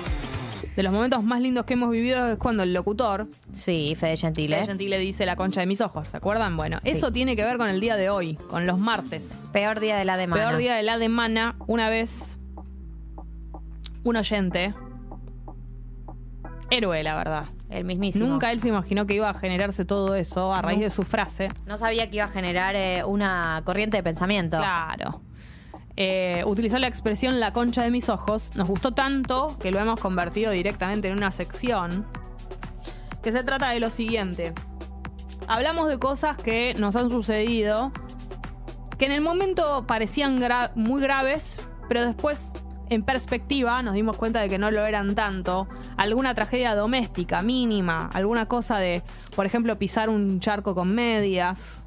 A: de los momentos más lindos que hemos vivido es cuando el locutor,
B: Sí, Fede Gentile.
A: Fede Gentile dice la concha de mis ojos, ¿se acuerdan? Bueno, eso tiene que ver con el día de hoy, con los martes.
B: Peor día de la demanda.
A: Peor día de la demana, una vez un oyente, héroe la verdad.
B: El mismísimo.
A: Nunca él se imaginó que iba a generarse todo eso a raíz de su frase.
B: No sabía que iba a generar eh, una corriente de pensamiento.
A: Claro. Eh, utilizó la expresión la concha de mis ojos. Nos gustó tanto que lo hemos convertido directamente en una sección. Que se trata de lo siguiente. Hablamos de cosas que nos han sucedido. Que en el momento parecían gra- muy graves. Pero después, en perspectiva, nos dimos cuenta de que no lo eran tanto. Alguna tragedia doméstica mínima. Alguna cosa de, por ejemplo, pisar un charco con medias.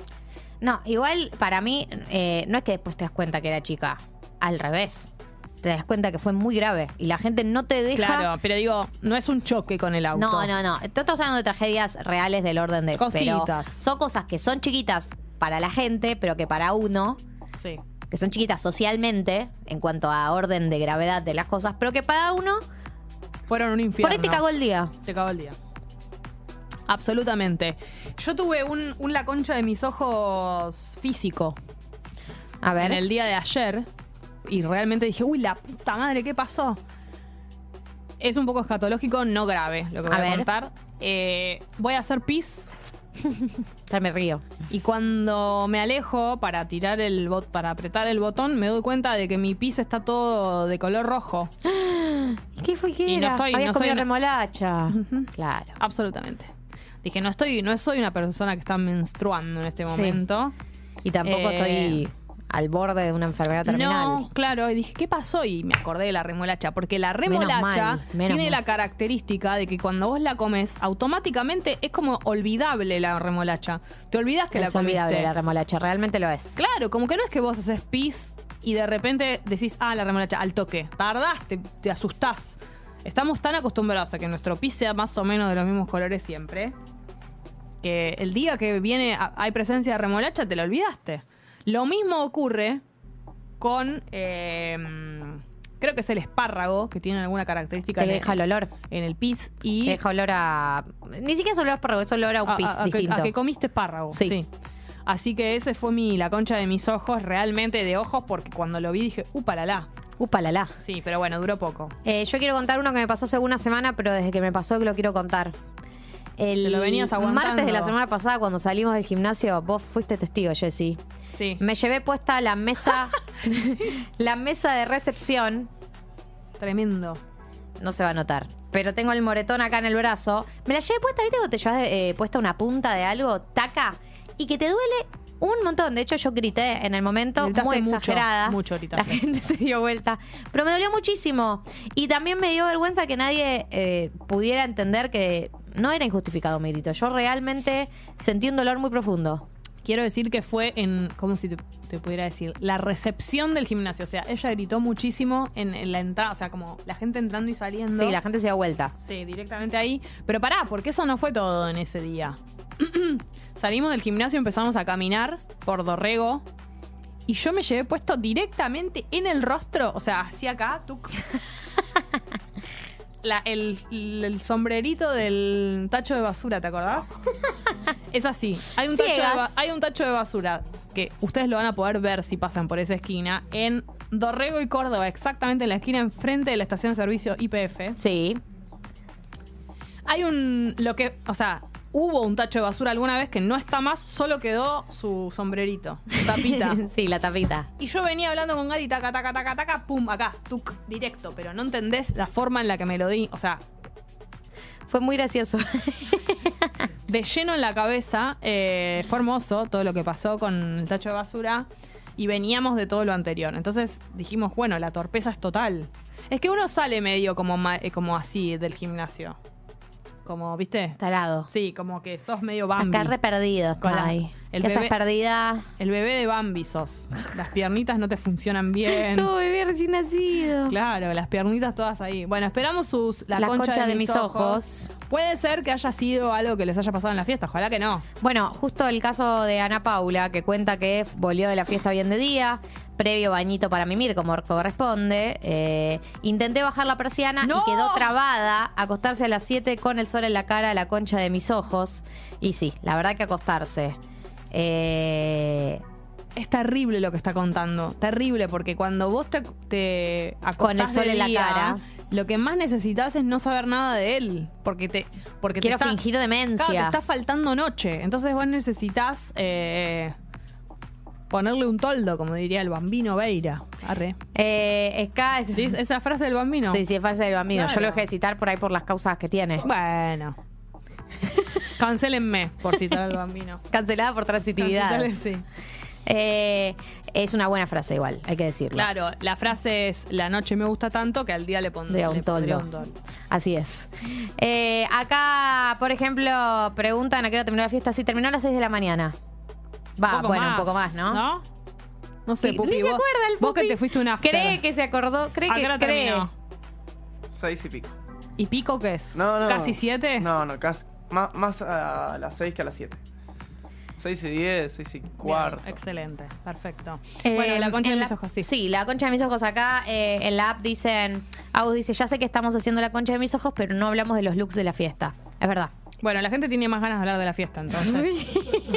B: No, igual para mí eh, no es que después te das cuenta que era chica. Al revés. Te das cuenta que fue muy grave. Y la gente no te deja.
A: Claro, pero digo, no es un choque con el auto.
B: No, no, no. Tú estás hablando de tragedias reales del orden de.
A: Cositas.
B: pero son cosas que son chiquitas para la gente, pero que para uno,
A: Sí.
B: que son chiquitas socialmente, en cuanto a orden de gravedad de las cosas, pero que para uno,
A: Fueron un
B: por
A: infierno.
B: ahí te cagó el día.
A: Te cagó el día. Absolutamente. Yo tuve un, un la concha de mis ojos físico
B: A ver.
A: en el día de ayer y realmente dije, uy, la puta madre, ¿qué pasó? Es un poco escatológico, no grave lo que voy
B: A
A: a,
B: ver.
A: contar. Eh, voy a hacer pis
B: Ya me río.
A: y cuando me alejo para tirar el bot para apretar el botón, me doy cuenta de que mi pis está todo de color rojo.
B: ¿Qué fue que
A: Y no
B: era?
A: estoy-
B: Habías
A: no soy
B: comido
A: una-
B: remolacha. Claro.
A: Absolutamente. Dije, no estoy, no soy una persona que está menstruando en este
B: Sí.
A: momento.
B: Y tampoco
A: Eh,
B: estoy al borde de una enfermedad terminal.
A: No, claro, y dije, ¿qué pasó? Y me acordé de la remolacha, porque la remolacha
B: mal, menos
A: tiene
B: mal.
A: la característica de que cuando vos la comes, automáticamente es como olvidable la remolacha. Te olvidas que la
B: es olvidable
A: comiste.
B: la remolacha, realmente lo es.
A: Claro, como que no es que vos haces pis y de repente decís, ah, la remolacha, al toque. Tardás, te, te asustás. Estamos tan acostumbrados a que nuestro pis sea más o menos de los mismos colores siempre, que el día que viene a- hay presencia de remolacha, te la olvidaste. Lo mismo ocurre con. eh, creo que es el espárrago, que tiene alguna característica
B: Te
A: en,
B: deja el olor.
A: en el pis.
B: Te
A: Y Ah,
B: deja olor a. Ni siquiera es olor a espárrago, es olor a un pis
A: a- a que-
B: distinto.
A: a que comiste espárrago.
B: Sí.
A: Sí. Así que ese fue mi la concha de mis ojos, realmente de ojos, porque cuando lo vi dije, upalala.
B: Upalala.
A: Sí, pero bueno, duró poco.
B: Eh, yo quiero contar uno que me pasó hace una semana, pero desde que me pasó que lo quiero contar. El
A: Te lo venías aguantando.
B: martes de la semana pasada, cuando salimos del gimnasio, vos fuiste testigo, Jessy.
A: Sí.
B: Me llevé puesta la
A: *laughs*
B: mesa, la mesa de recepción.
A: Tremendo.
B: No se va a notar. pero tengo el moretón acá en el brazo. Me la llevé puesta, ¿viste? Cuando te llevas de- eh, puesta una punta de algo, taca, y que te duele un montón. De hecho, yo grité en el momento,
A: Gritaste
B: muy
A: mucho,
B: exagerada.
A: mucho gritaste.
B: La gente se dio vuelta. Pero me dolió muchísimo. Y también me dio vergüenza que nadie eh, pudiera entender que no era injustificado mi grito. Yo realmente sentí un dolor muy profundo.
A: Quiero decir que fue en, como si te, te pudiera decir, la recepción del gimnasio. O sea, ella gritó muchísimo en, en la entrada, o sea, como la gente entrando y saliendo.
B: Sí, la gente se dio vuelta.
A: Sí, directamente ahí. Pero pará, porque eso no fue todo en ese día. *clears throat* Salimos del gimnasio, empezamos a caminar por Dorrego. Y yo me llevé puesto directamente en el rostro, o sea, así acá, tuc. La- el, el sombrerito del tacho de basura, ¿te acordás? Es así. Hay un, tacho de, ba-
B: Ciegas.
A: hay un tacho de basura que ustedes lo van a poder ver si pasan por esa esquina en Dorrego y Córdoba, exactamente en la esquina enfrente de la estación de servicio IPF.
B: Sí.
A: Hay un. lo que. O sea, hubo un tacho de basura alguna vez que no está más, solo quedó su sombrerito, su tapita.
B: *laughs* sí, la tapita.
A: y yo venía hablando con Gary, taca, taca, taca, taca, pum, acá, tuc, directo. Pero no entendés la forma en la que me lo di. O sea,
B: Fue muy gracioso. *laughs*
A: de lleno en la cabeza, eh, fue hermoso todo lo que pasó con el tacho de basura. Y veníamos de todo lo anterior. Entonces dijimos, bueno, la torpeza es total. Es que uno sale medio como, ma- eh, como así del gimnasio. Como, ¿viste?
B: Tarado.
A: Sí, como que sos medio Bambi.
B: Acá re perdido.
A: Con la-
B: Ay,
A: el
B: que
A: bebé-
B: estás perdida.
A: El bebé de Bambi sos. Las piernitas no te funcionan bien.
F: Todo bebé recién nacido.
A: Claro, las piernitas todas ahí. Bueno, esperamos sus, la,
B: La concha de mis ojos.
A: Puede ser que haya sido algo que les haya pasado en la fiesta, ojalá que no.
B: Bueno, justo el caso de Ana Paula, que cuenta que volvió de la fiesta bien de día, previo bañito para mimir, como corresponde. eh, intenté bajar la persiana
A: ¡No!
B: y quedó trabada, acostarse a las 7 con el sol en la cara, la concha de mis ojos. Y sí, la verdad que acostarse. Eh,
A: Es terrible lo que está contando. Terrible, porque cuando vos te, te acostás
B: Con el sol
A: de
B: en la
A: día,
B: cara.
A: Lo que más necesitas es no saber nada de él. Porque te. Porque te
B: quiero
A: está-
B: fingir demencia.
A: Claro, te está faltando noche. Entonces vos necesitas eh, ponerle un toldo, como diría el bambino Veira. Arre.
B: Eh, Ska es-
A: ¿Sí? Esa frase del bambino.
B: Sí, sí, es falsa del bambino. Yo
A: Claro.
B: lo dejé de citar por ahí por las causas que tiene.
A: Bueno. Cancelenme por citar al bambino.
B: Cancelada por transitividad.
A: Cancelale, sí.
B: Eh, es una buena frase igual, hay que decirlo.
A: Claro, la frase es la noche me gusta tanto que al día le pondré
B: De un
A: le pondría
B: toldo. Así es. Eh, acá, por ejemplo, preguntan a qué hora terminó la fiesta. Sí, terminó a las 6 de la mañana. Va,
A: poco
B: bueno,
A: más,
B: un poco más, ¿no?
A: ¿No? No sé,
B: Sí,
A: Pupi,
B: ni se
A: vos,
B: acuerda el
A: vos que
B: Pupi.
A: te fuiste una after.
B: Cree que se acordó, cree
A: ¿A qué
B: que
A: hora
B: cree.
A: terminó?
E: Seis y pico.
A: ¿Y pico qué es?
E: No, no.
A: ¿Casi siete?
E: No, no, casi. Más, más a las seis que a las siete. Seis y diez, seis y cuarto.
A: Bien, excelente, perfecto.
B: Eh,
A: bueno, la concha de
B: en
A: mis ojos, sí.
B: Sí, la concha de mis ojos. Acá eh, en la app dicen, Agus dice, ya sé que estamos haciendo la concha de mis ojos, pero no hablamos de los looks de la fiesta. Es verdad.
A: Bueno, la gente tiene más ganas de hablar de la fiesta,
B: *laughs*
A: entonces.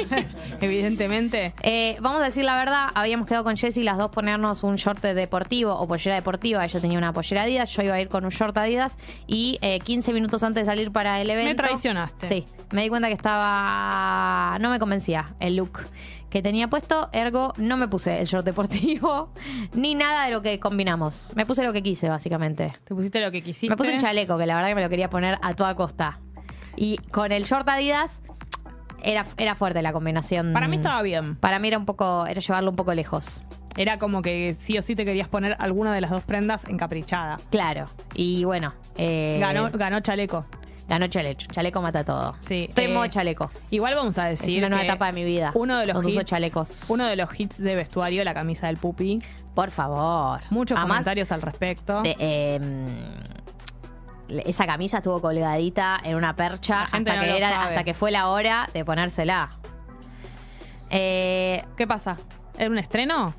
A: *laughs* Evidentemente.
B: Eh, vamos a decir la verdad, habíamos quedado con Jessy las dos ponernos un short deportivo o pollera deportiva. Ella tenía una pollera Adidas, yo iba a ir con un short Adidas y eh, 15 minutos antes de salir para el evento.
A: Me traicionaste.
B: Sí, me di cuenta que estaba. No me convencía el look que tenía puesto, ergo no me puse el short deportivo *laughs* ni nada de lo que combinamos. Me puse lo que quise, básicamente.
A: Te pusiste lo que quisiste.
B: Me puse un chaleco, que la verdad que me lo quería poner a toda costa. Y con el short Adidas era, era fuerte la combinación.
A: Para mí estaba bien.
B: Para mí era un poco, era llevarlo un poco lejos.
A: Era como que sí o sí te querías poner alguna de las dos prendas encaprichada.
B: Claro. Y bueno, eh,
A: Ganó, ganó chaleco.
B: ganó chaleco. Chaleco mata todo.
A: Sí,
B: Estoy en
A: eh,
B: modo chaleco.
A: Igual vamos a
B: Es
A: decir.
B: una nueva
A: que
B: etapa de mi vida.
A: Uno de los
B: donde uso
A: hits.
B: chalecos.
A: Uno de los hits de vestuario, la camisa del pupi.
B: Por favor.
A: Muchos
B: Además,
A: comentarios al respecto.
B: te- eh, esa camisa estuvo colgadita en una percha
A: La gente
B: hasta,
A: no
B: que
A: lo
B: era-
A: sabe.
B: hasta que fue la hora de ponérsela. Eh,
A: ¿Qué pasa? ¿Era un estreno?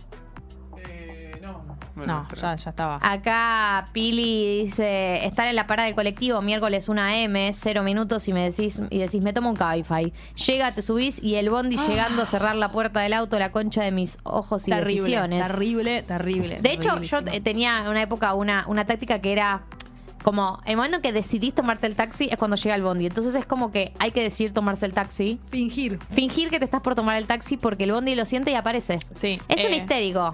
E: Bueno,
A: no, ya, ya estaba.
B: Ah, Acá Pili dice, estar en la parada del colectivo miércoles 1 a.m., 0 minutos y me decís, y decís, me tomo un Cabify. Llega, te subís y el
A: Ah.
B: bondi llegando a cerrar la puerta del auto, la concha de mis ojos y
A: terrible,
B: decisiones.
A: terrible, terrible.
B: De hecho, yo
A: terribilísimo.
B: eh, tenía en una época una, una táctica que era como el momento en que decidís tomarte el taxi es cuando llega el bondi. Entonces es como que hay que decidir tomarse el taxi.
A: Fingir.
B: Fingir que te estás por tomar el taxi porque el bondi lo siente y aparece.
A: Sí.
B: Es un
A: eh,
B: histérico.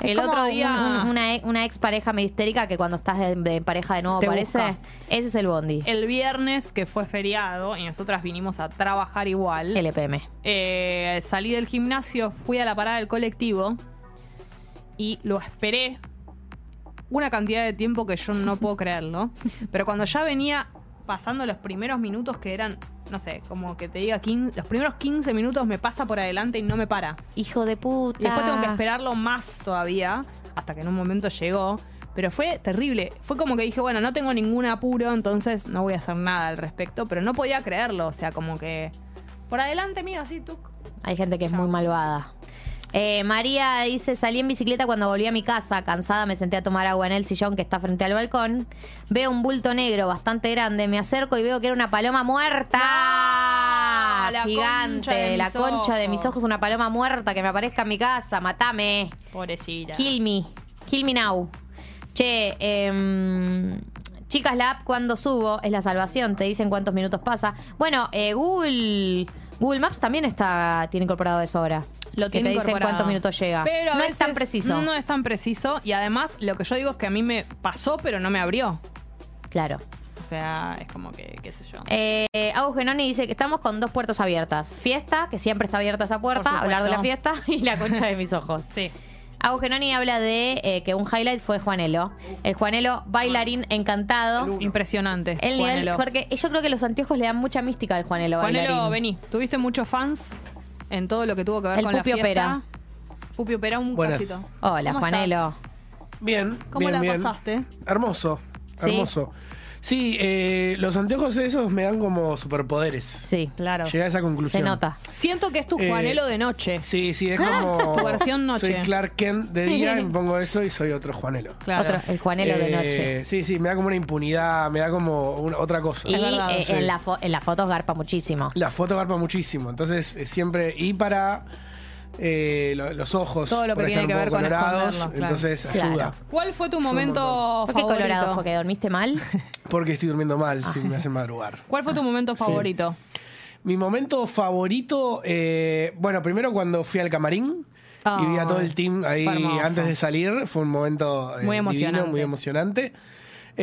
B: Es
A: El
B: como
A: otro
B: un-
A: día-
B: un- una, una ex pareja medio histérica que cuando estás de, de pareja de nuevo
A: Te
B: parece.
A: busca.
B: Ese es el bondi.
A: El viernes, que fue feriado, y nosotras vinimos a trabajar igual.
B: LPM.
A: Eh, salí del gimnasio, fui a la parada del colectivo y lo esperé una cantidad de tiempo que yo no puedo creerlo. Pero cuando ya venía pasando los primeros minutos que eran, no sé, como que te diga, 15 los primeros 15 minutos me pasa por adelante y no me para.
B: Hijo de puta.
A: Y después
B: Ah.
A: tengo que esperarlo más todavía, hasta que en un momento llegó. Pero fue terrible. Fue como que dije, bueno, no tengo ningún apuro, entonces no voy a hacer nada al respecto. Pero no podía creerlo. O sea, como que. Por adelante mío, así tú.
B: Hay gente que es muy malvada. Eh, María dice, salí en bicicleta cuando volví a mi casa, cansada me senté a tomar agua en el sillón que está frente al balcón. Veo un bulto negro bastante grande, me acerco y veo que era una paloma muerta.
A: No, la
B: Gigante,
A: concha de
B: la
A: mis
B: concha de mis
A: ojos.
B: ojos, una paloma muerta que me aparezca en mi casa, matame.
A: Pobrecita.
B: Kill me. Kill me now. Che, em, chicas, la app cuando subo es la salvación. Te dicen cuántos minutos pasa. Bueno, eh, Google. Google Maps también está, tiene incorporado eso ahora.
A: Lo tiene
B: que te dicen
A: incorporado.
B: cuántos minutos llega.
A: Pero a
B: no es tan
A: veces
B: preciso.
A: No es tan preciso. Y además, lo que yo digo es que a mí me pasó, pero no me abrió.
B: Claro.
A: O sea, es como que, qué sé yo.
B: Eh, Agus Genoni dice que estamos con dos puertas abiertas. Fiesta, que siempre está abierta esa puerta,
A: supuesto.
B: hablar de la fiesta, *laughs* y la concha de mis ojos.
A: Sí.
B: Agus Genoni habla de eh, que un highlight fue Juanelo. El Juanelo bailarín encantado.
A: Impresionante.
B: El nivel,
A: Juanelo.
B: porque yo creo que los anteojos le dan mucha mística al Juanelo
A: Juanelo,
B: bailarín.
A: vení. Tuviste muchos fans en todo lo que tuvo que ver
B: El
A: con
B: Pupi
A: la fiesta.
B: Opera.
A: Pupi Opera, un
G: Buenas.
A: cachito.
B: Hola,
A: ¿Cómo
B: Juanelo.
A: estás?
G: Bien.
A: ¿Cómo
G: bien,
A: la
G: bien.
A: pasaste?
G: Hermoso,
B: ¿Sí?
G: hermoso. Sí, eh, los anteojos esos me dan como superpoderes.
B: Sí,
A: Claro.
G: Llegué a esa
B: se
G: conclusión.
B: nota.
A: Siento que es tu
G: Eh,
A: Juanelo de noche.
G: Sí, sí,
B: *laughs*
G: es como.
A: Tu versión noche.
G: Soy Clark Kent de día y me pongo eso y soy otro Juanelo.
A: Claro.
B: Otro- el Juanelo de
G: Eh,
B: noche.
G: Sí, sí, me da como una impunidad, me da como una- otra cosa.
B: Y
A: es verdad,
B: eh,
A: sí.
B: en, la fo- en las fotos garpa muchísimo.
G: La foto garpa muchísimo, entonces eh, siempre. Y para eh, lo- los ojos,
A: Todo lo que
G: por
A: tiene
G: estar
A: que
G: un
A: ver
G: poco
A: con
G: colorados,
A: esconderlos, claro.
G: entonces
B: Claro.
G: ayuda.
A: ¿Cuál fue tu momento
B: ¿Por qué
A: favorito?
B: colorado? ¿Porque dormiste mal?
G: Porque estoy durmiendo mal, si me hacen madrugar.
A: ¿Cuál fue tu momento favorito?
G: Mi momento favorito, eh, bueno, primero cuando fui al camarín y vi a todo el team ahí
A: Fue Ah, hermoso.
G: antes de salir, fue un momento eh,
A: Muy
G: divino,
A: emocionante.
G: muy emocionante.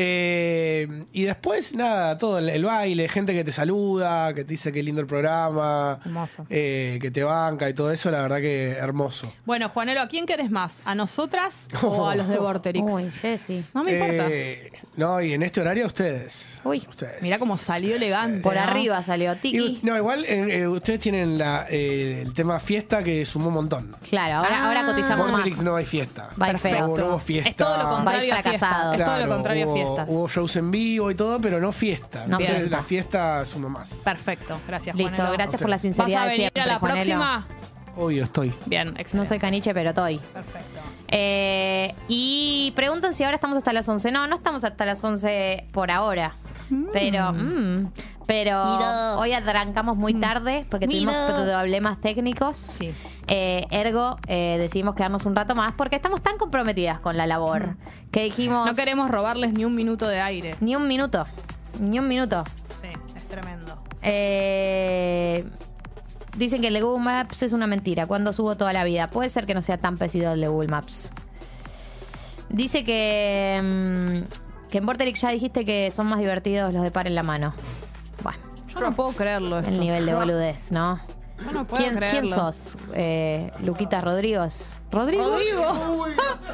G: Eh, y después, nada, todo el, el baile, gente que te saluda, que te dice que lindo el programa,
A: Hermoso.
G: eh, que te banca y todo eso, la verdad que hermoso.
A: Bueno, Juanelo, ¿a quién querés más? ¿A nosotras o a los de Vorterix?
B: Oh. Uy, Jessy.
A: no me importa.
G: Eh, no, y en este horario ustedes.
B: Uy,
G: Ustedes.
A: Mirá cómo salió elegante.
B: Por
A: ¿no?
B: arriba salió Tiki.
G: Y- no, igual eh, eh, ustedes tienen la, eh, el tema fiesta que sumó un montón.
B: Claro, ahora,
A: Ah.
B: ahora cotizamos
G: Vos, Felix,
B: más.
G: no hay fiesta.
B: Bye, Perfecto.
G: No hubo fiesta.
A: Es todo lo contrario a
B: Bye,
A: fiesta.
B: fracasados.
A: Es todo lo
G: Claro,
A: contrario a
G: hubo-
A: fiestas.
G: Hubo shows en vivo y todo, pero no fiesta.
B: No
G: Entonces,
B: fiesta.
G: la fiesta suma más.
A: Perfecto. Gracias,
B: Listo,
A: Juanelo.
B: gracias por la
G: Ustedes.
A: ¿Vas
B: sinceridad
A: a
B: de
A: venir
B: siempre,
A: a la
B: Juanelo.
A: próxima?
G: Obvio, estoy.
A: Bien, excelente.
B: No soy caniche, pero estoy.
A: Perfecto.
B: Eh, y preguntan si ahora estamos hasta las 11. No, no estamos hasta las 11 por ahora. Pero, mm, pero
F: Mira.
B: hoy arrancamos muy tarde porque tuvimos
F: Mira.
B: problemas técnicos.
A: Mm. Sí.
B: Eh, ergo, eh, decidimos quedarnos un rato más porque estamos tan comprometidas con la labor que dijimos...
A: Mm. No queremos robarles ni un minuto de aire.
B: Ni un minuto, ni un minuto.
A: Sí, es tremendo.
B: Eh, dicen que el de Google Maps es una mentira. Cuando subo toda la vida. Puede ser que no sea tan parecido al de Google Maps. Dice que. mm, que en Vorterix ya dijiste que son más divertidos los de par en la mano. Bueno,
A: Yo no puedo creerlo.
B: el
A: esto.
B: nivel de boludez, ¿no?
A: Yo no puedo
B: ¿Quién, quién
A: creerlo.
B: sos? Eh, Luquita Rodríguez. ¿Rodríguez?
A: Rodrigo.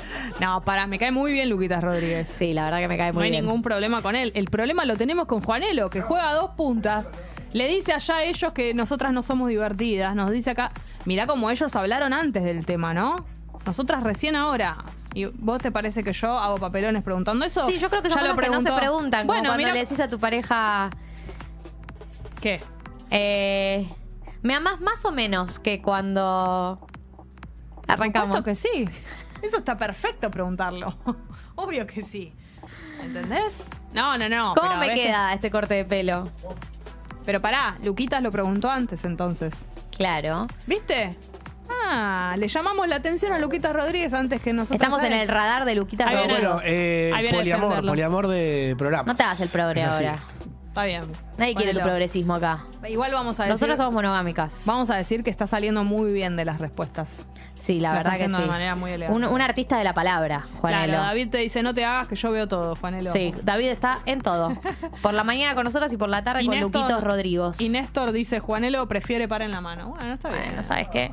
A: *laughs* no, para, me cae muy bien Luquitas Rodríguez.
B: Sí, la verdad que me cae
A: no
B: muy
A: hay
B: bien.
A: ningún problema con él. El problema lo tenemos con Juanelo, que juega a dos puntas. Le dice allá a ellos que nosotras no somos divertidas. Nos dice acá, mirá como ellos hablaron antes del tema, ¿no? Nosotras recién ahora. ¿Y vos te parece que yo hago papelones preguntando eso?
B: Sí, yo creo que son
A: Ya lo
B: cosas que no se
A: preguntó.
B: preguntan. como
A: Bueno,
B: cuando
A: mirá-
B: le decís a tu pareja.
A: ¿Qué?
B: Eh, ¿Me amás más o menos que cuando arrancamos?
A: Puesto que sí. Eso está perfecto preguntarlo. *laughs* Obvio que sí. ¿Entendés? No, no, no.
B: ¿Cómo
A: pero
B: me
A: ves que-
B: queda este corte de pelo?
A: Pero pará, Luquitas lo preguntó antes entonces.
B: Claro.
A: ¿Viste? Ah, le llamamos la atención a Luquitas Rodríguez antes que nosotros.
B: Estamos
A: a
B: en
A: él.
B: el radar de Luquita
A: Ahí viene.
B: Rodríguez.
G: Bueno, eh,
A: Ahí viene a
G: poliamor,
A: defenderlo.
G: poliamor de programa.
B: No te hagas el progre ahora.
A: Está bien.
B: Nadie quiere tu
A: Ponelo.
B: progresismo acá.
A: Igual vamos a decir.
B: Nosotros somos monogámicas.
A: Vamos a decir que está saliendo muy bien de las respuestas.
B: Sí, la
A: Lo está
B: verdad que sí.
A: haciendo de manera muy elegante.
B: un, un artista de la palabra, Juanelo.
A: Claro, David te dice, no te hagas que yo veo todo, Juanelo.
B: Sí, David está
A: *laughs*
B: en todo. Por la mañana con nosotros y por la tarde
A: Y
B: con
A: Néstor-
B: Luquitos Rodríguez.
A: Y Néstor dice, Juanelo prefiere par en la mano. Bueno, está bien.
B: Bueno, ¿sabes qué?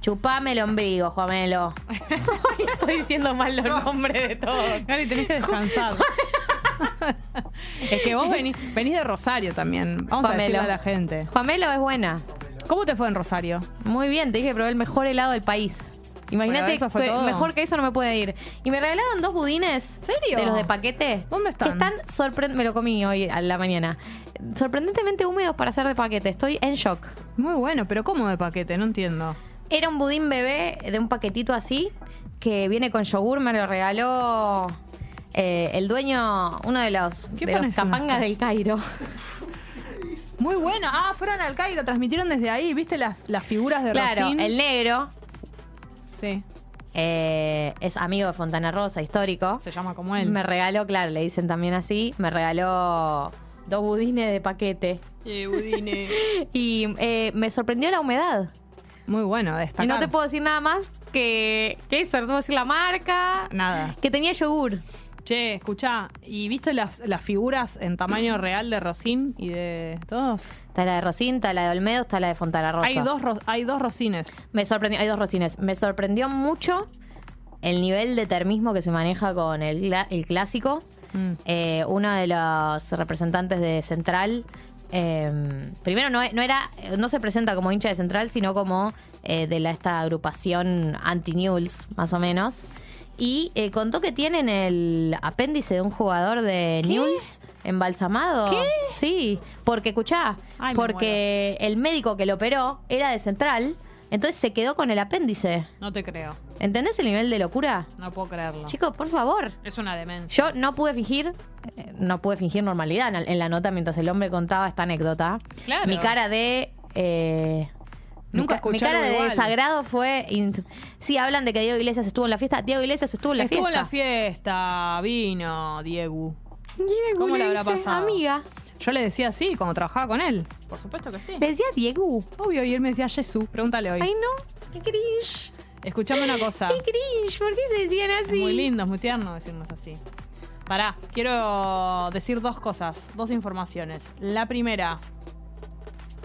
B: Chupame el ombligo, Juamelo. *laughs* Hoy Estoy diciendo mal los nombres de todos.
A: Cari, tenés que descansar. es que vos venís, venís de Rosario también. Vamos a
B: Juamelo.
A: decirle a la gente.
B: Juamelo es buena.
A: ¿Cómo te fue en Rosario?
B: Muy bien, te dije que probé el mejor helado del país. Imagínate,
A: eso fue
B: que-
A: todo.
B: mejor que eso no me puede ir. Y me regalaron dos budines.
A: ¿Serio?
B: De los de paquete.
A: ¿Dónde están?
B: Que están sorprendentes. Me lo comí hoy a la mañana. Sorprendentemente húmedos para ser de paquete. Estoy en shock.
A: Muy bueno, pero ¿cómo de paquete? No entiendo.
B: Era un budín bebé de un paquetito así, que viene con yogur, me lo regaló eh, el dueño, uno de los,
A: ¿Qué
B: de los
A: pones
B: capangas
A: acá?
B: del Cairo.
A: Muy bueno. Ah, fueron al Cairo, transmitieron desde ahí. ¿Viste las, las figuras de
B: *laughs* Claro,
A: Rosín?
B: el negro
A: Sí,
B: eh, es amigo de Fontana Rosa, histórico.
A: se llama como él.
B: Me regaló, claro, le dicen también así, me regaló dos budines de paquete. Y eh, me sorprendió la humedad.
A: Muy bueno, destacar.
B: Y no te puedo decir nada más que, que eso, no te puedo decir la marca.
A: Nada.
B: Que tenía yogur.
A: Che, escuchá, ¿y viste las, las figuras en tamaño real de Rosín y de todos?
B: Está la de Rosín, está la de Olmedo, está la de Fontana Rosa.
A: Hay dos, ro- hay dos Rosines.
B: Me sorprendió, hay dos rocines. Me sorprendió mucho el nivel de termismo que se maneja con el, cla- el clásico.
A: Mm.
B: Eh, uno de los representantes de Central, eh, primero no, e- no era, no se presenta como hincha de Central, sino como eh, de la, esta agrupación anti-News, más o menos. Y eh, contó que tienen el apéndice de un jugador de News embalsamado. ¿Qué? Sí, porque escuchá,
A: Ay, me
B: porque el médico que lo operó era de Central, entonces se quedó con el apéndice.
A: No te creo,
B: ¿Entendés el nivel de locura?
A: no puedo creerlo.
B: Chicos, por favor.
A: Es una demencia.
B: Yo no pude fingir, eh, no pude fingir normalidad en- en la nota mientras el hombre contaba esta anécdota.
A: Claro.
B: Mi cara de. eh, mi
A: Nunca
B: ca- mi,
A: escuché
B: cara
A: algo
B: de
A: igual.
B: desagrado fue. in- Sí, hablan de que Diego Iglesias estuvo en la fiesta. Diego Iglesias estuvo en la
A: Estuvo en
B: fiesta.
A: la fiesta, vino, Diego.
B: Diego
A: ¿Cómo le habrá
B: Iglesias,
A: pasado?
B: Amiga.
A: Yo le decía así cuando trabajaba con él. Por supuesto que sí.
B: Le decía Diego.
A: Obvio, y él me decía Jesús, pregúntale hoy.
B: Ay, no. Qué cringe.
A: Escuchame una cosa.
B: Qué cringe. ¿Por qué se decían
A: Ah. Es
B: así?
A: muy lindo, es muy tierno decirnos así. Pará, quiero decir dos cosas, dos informaciones. La primera.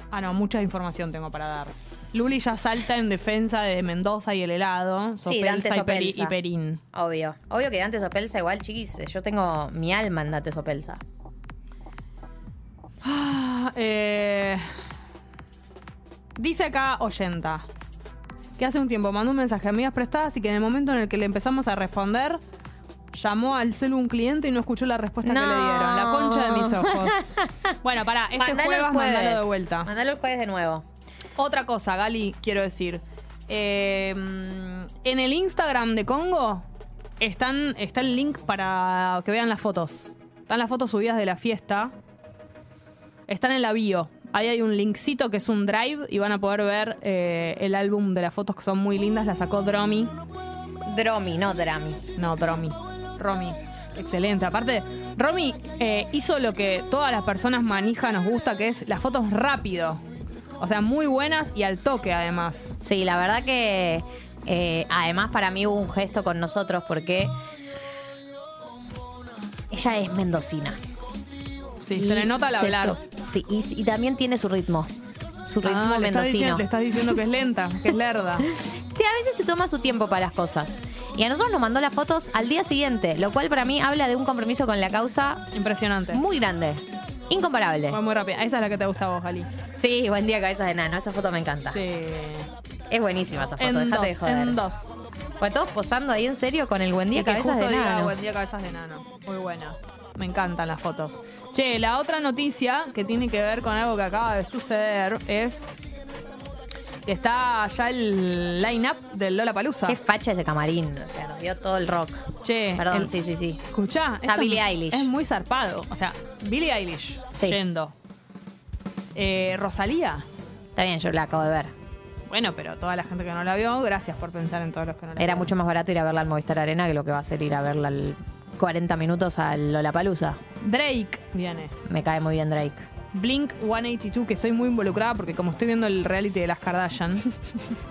A: Ah, no, mucha información tengo para dar. Luli ya salta en defensa de Mendoza y el helado.
B: Sí,
A: Sopelsa
B: Dante
A: y, Peri-
B: Sopelsa.
A: y Perín.
B: Obvio. Obvio que Dante Sopelsa, igual, chiquis. eh, Yo tengo mi alma en Dante Sopelsa.
A: Ah, eh, dice acá Oyenta que hace un tiempo mandó un mensaje a amigas prestadas y que en el momento en el que le empezamos a responder, llamó al celu un cliente y no escuchó la respuesta que
B: No.
A: le dieron. La concha de mis
B: *laughs*
A: ojos. bueno, pará, este
B: Mandalo el
A: jueves, mandalo de vuelta.
B: Mandalo el jueves de nuevo.
A: Otra cosa, Gali, quiero decir. Eh, en el Instagram de Congo están, está el link para que vean las fotos. Están las fotos subidas de la fiesta. Están en la bio. Ahí hay un linkcito que es un drive y van a poder ver eh, el álbum de las fotos que son muy lindas. La sacó Dromi.
B: Dromi, no Drami.
A: No, Dromi. Romy. Excelente. Aparte, Romy eh, hizo lo que todas las personas manija nos gusta, que es las fotos rápido. O sea, muy buenas y al toque además.
B: Sí, la verdad que eh, además para mí hubo un gesto con nosotros porque ella es mendocina.
A: Sí,
B: Y
A: se le nota al
B: se
A: hablar.
B: to- Sí, y, y también tiene su ritmo. Su ritmo
A: Ah, le, estás
B: mendocino.
A: diciendo, le estás diciendo que es lenta, que es
B: *laughs*
A: lerda.
B: Sí, a veces se toma su tiempo para las cosas. Y a nosotros nos mandó las fotos al día siguiente, lo cual para mí habla de un compromiso con la causa
A: Impresionante.
B: muy grande. Incomparable.
A: Fue muy rápida. Esa es la que te gusta a vos, Gali.
B: Sí, buen día, cabezas de nano. Esa foto me encanta.
A: Sí.
B: Es buenísima esa foto.
A: En
B: Dejate de
A: dos,
B: joder.
A: en dos.
B: Fue todos posando ahí en serio con el buen día,
A: Y que
B: cabezas
A: justo
B: de
A: diga,
B: nano.
A: Buen día, cabezas de nano. Muy buena. Me encantan las fotos. Che, la otra noticia que tiene que ver con algo que acaba de suceder es que está ya el line-up del Lola Palusa.
B: Qué facha ese camarín. O sea, nos dio todo el rock.
A: Che,
B: Perdón,
A: el-
B: sí, sí, sí.
A: Escuchá,
B: Está
A: esto
B: Billie
A: es-
B: Eilish.
A: Es muy zarpado. O sea, Billie Eilish
B: Sí.
A: yendo. Eh, Rosalía.
B: Está bien, yo la acabo de ver.
A: Bueno, pero toda la gente que no la vio, gracias por pensar en todos los que no la
B: Era
A: vieron.
B: mucho más barato ir a verla al Movistar Arena que lo que va a ser ir a verla al 40 minutos a Lollapalooza.
A: Drake viene.
B: Me cae muy bien Drake.
A: Blink 182, que soy muy involucrada porque como estoy viendo el reality de las
B: *laughs*
A: Kardashian,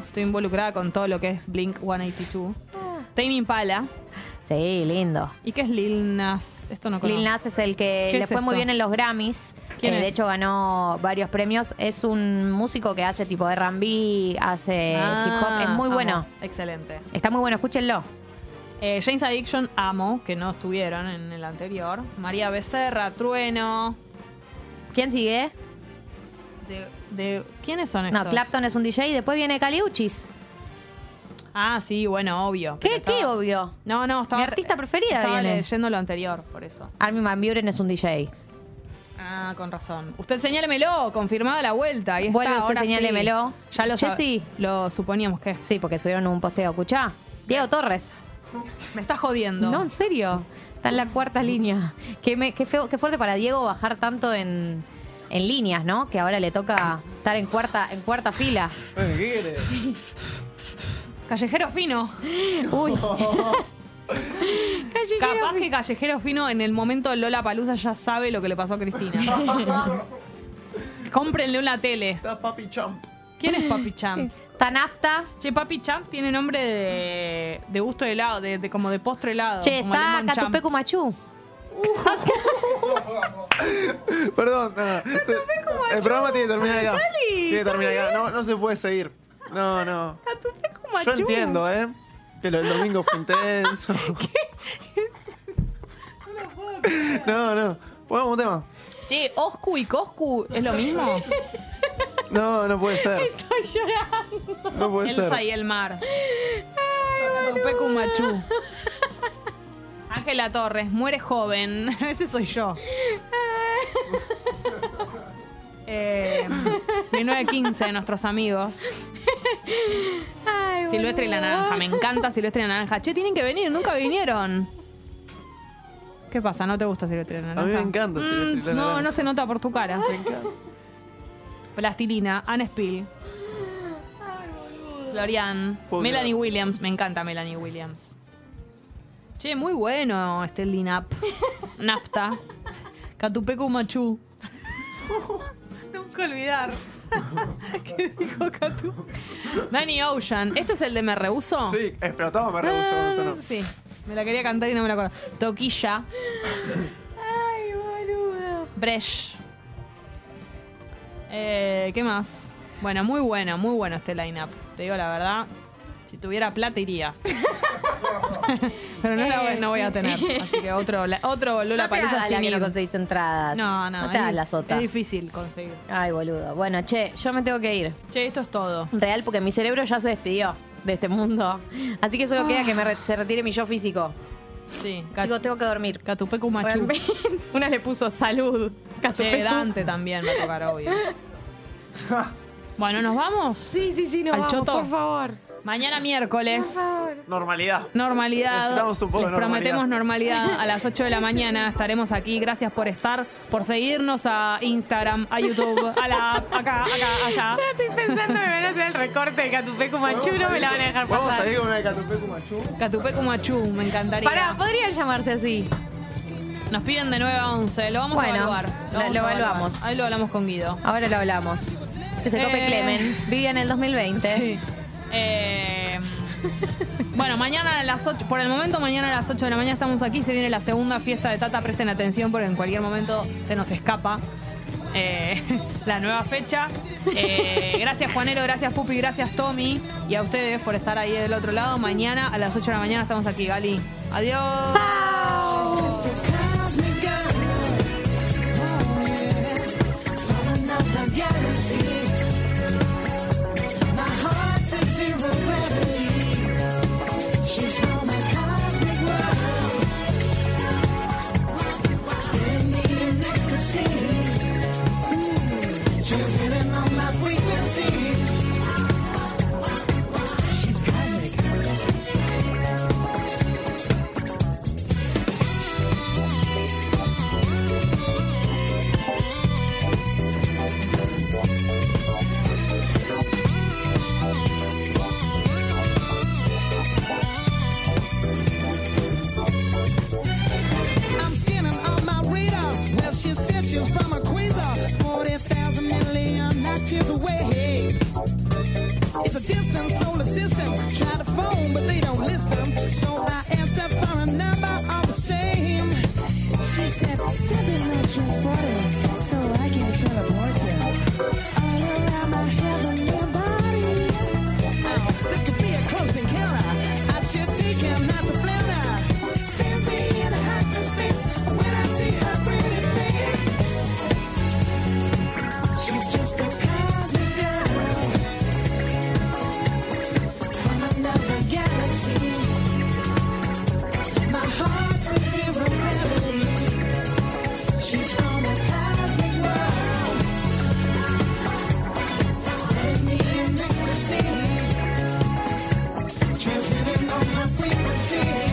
A: estoy involucrada con todo lo que es Blink 182. Tame Impala.
B: Sí, lindo.
A: ¿Y qué es Lil Nas? Esto no conozco.
B: Lil Nas es el que
A: ¿Qué
B: le
A: es
B: fue
A: esto?
B: muy bien en los Grammys.
A: ¿Quién
B: Eh, De
A: es?
B: hecho, ganó varios premios. Es un músico que hace tipo R&B, hace
A: Ah,
B: eh, hip hop. Es muy
A: amo.
B: bueno.
A: Excelente.
B: Está muy bueno, escúchenlo.
A: Eh, James Addiction, amo, que no estuvieron en el anterior. María Becerra, Trueno.
B: ¿Quién sigue?
A: De, de- ¿Quiénes son estos?
B: No, Clapton es un DJ. Después viene Caliuchis.
A: Ah, sí, bueno, obvio.
B: ¿Qué,
A: Pero
B: qué
A: estaba-
B: obvio?
A: No, no, estaba.
B: Mi artista preferida
A: Estaba
B: viene.
A: leyendo lo anterior, por eso.
B: Armin Van Buren es un DJ.
A: Ah, con razón. Usted señálemelo, confirmada la vuelta. Ahí está,
B: Vuelve usted,
A: ahora sí.
B: señálemelo.
A: Ya lo sab-
B: Jessy.
A: Lo suponíamos que.
B: Sí, porque subieron un posteo. ¿Escuchá? Diego Torres.
A: Me está jodiendo.
B: No, en serio. Está en la
A: Mm.
B: cuarta línea. Qué, me- qué feo, qué fuerte para Diego bajar tanto en, en líneas, ¿no? Que ahora le toca estar en cuarta, en cuarta
A: *laughs*
B: fila.
E: ¿Qué querés?
A: Callejero fino.
B: Uy.
A: Capaz que Callejero Fino en el momento de Lola Palusa ya sabe lo que le pasó a Cristina.
B: *laughs*
A: Cómprenle una tele.
E: Está Papi Champ.
A: ¿Quién es Papi Champ?
B: Está nafta.
A: Che, Papi Champ tiene nombre de, de gusto de helado, de, de- como de postre helado.
B: Che,
A: como
B: está
A: Lemon Champ.
B: Catupecu Machu.
E: Perdón, no, Ah, no. El programa tiene que terminar acá. tiene que terminar acá. No, no se puede seguir. No, no. Yo entiendo, ¿eh? Que lo del domingo fue *laughs* intenso. No, no. Pongamos un tema.
A: Che, Oscu y Coscu, ¿es lo mismo?
E: No, no puede ser. *laughs* Estoy llorando. No puede
A: Elsa y
E: ser.
A: el mar. Rompecu Machu. Ángela Torres, muere joven. *laughs* Ese soy yo. Eh, 1915, nuestros amigos. Silvestre y la naranja. Me encanta Silvestre y la naranja. Che, tienen que venir, nunca vinieron. ¿Qué pasa? ¿No te gusta Silvestre y la
E: A
A: naranja?
E: mí me encanta Silvestre y la
A: Mm, No,
E: Naranja.
A: no se nota por tu cara.
E: Me encanta.
A: Plastilina, Anne Spill. Florian.
E: Puedo
A: Melanie
E: creer.
A: Williams. Me encanta Melanie Williams. Che, muy bueno este line-up. Nafta. Catupecu
B: *laughs*
A: Machu. Nunca olvidar. *laughs* ¿Qué dijo Catu? Danny Ocean. ¿Este es el de Me Rehuso?
E: Sí, explotamos, me rehuso.
A: Ah,
E: Gonzalo.
A: Sí. Me la quería cantar y no me la acuerdo. Toquilla.
F: Ay, boludo.
A: Bresh. Eh, ¿Qué más? Bueno, muy bueno, muy bueno este lineup. Te digo la verdad, si tuviera plata
B: *laughs*
A: iría. Pero no, la voy, no voy a tener. Así que otro, la- otro Lola
B: Eh. No te
A: Palusa
B: hagas la que no conseguís entradas.
A: No, no.
B: No te
A: es-
B: hagas la sota.
A: Es difícil conseguir.
B: Ay, boludo. Bueno, che, yo me tengo que ir.
A: Che, esto es todo.
B: Real, porque mi cerebro ya se despidió de este mundo. Así que solo queda que me re- se retire mi yo físico. *laughs*
A: Sí,
B: Chicos, tengo que dormir.
A: Catupecu Machu.
B: *laughs*
F: *laughs*
B: Realmente. Una le puso salud.
A: Che,
B: Catupecu.
A: Dante también va a tocar,
B: *laughs*
A: obvio. Bueno, ¿nos vamos?
F: Sí, sí, sí, no
A: ¿Al
F: vamos,
A: choto?
F: por favor.
A: Mañana miércoles.
E: Ah. Normalidad.
A: Normalidad.
E: Necesitamos un poco
A: Les
E: de normalidad.
A: prometemos normalidad. A las 8
B: *laughs*
A: de la mañana estaremos aquí. Gracias por estar, por seguirnos a Instagram, a YouTube, a la app, acá, acá, allá.
F: Estoy pensando, me van a hacer el recorte de Catupecu Machu, no me la van a dejar
E: Vamos a
F: pasar.
E: ir con una de Catupecu Machu.
A: Catupecu Machu, me encantaría.
F: Pará, podría llamarse así.
A: Nos piden de 9 a 11. Lo vamos
B: Bueno,
A: a evaluar.
B: lo-
A: vamos
B: lo
A: a evaluar.
B: evaluamos.
A: Ahí lo hablamos con Guido.
B: Ahora lo hablamos. Que se tope
A: Eh.
B: Clemen. Vivía en el 2020.
A: Sí. Eh, bueno, mañana a las 8, por el momento mañana a las 8 de la mañana estamos aquí, se viene la segunda fiesta de Tata, presten atención porque en cualquier momento se nos escapa eh, *laughs* la nueva fecha. Eh, gracias Juanero, gracias Pupi, gracias Tommy y a ustedes por estar ahí del otro lado. Mañana a las 8 de la mañana estamos aquí, Gali. Adiós.
H: transported, so I can teleport you. All around my heavenly body. Oh, this could be a close encounter. I should take him not to flounder. Sends me in a hyper space when I see her pretty face. She's just a cosmic girl from another galaxy. My heart's a zero gravity. She's from a cosmic world. Putting me in ecstasy. Transmitting on my frequency.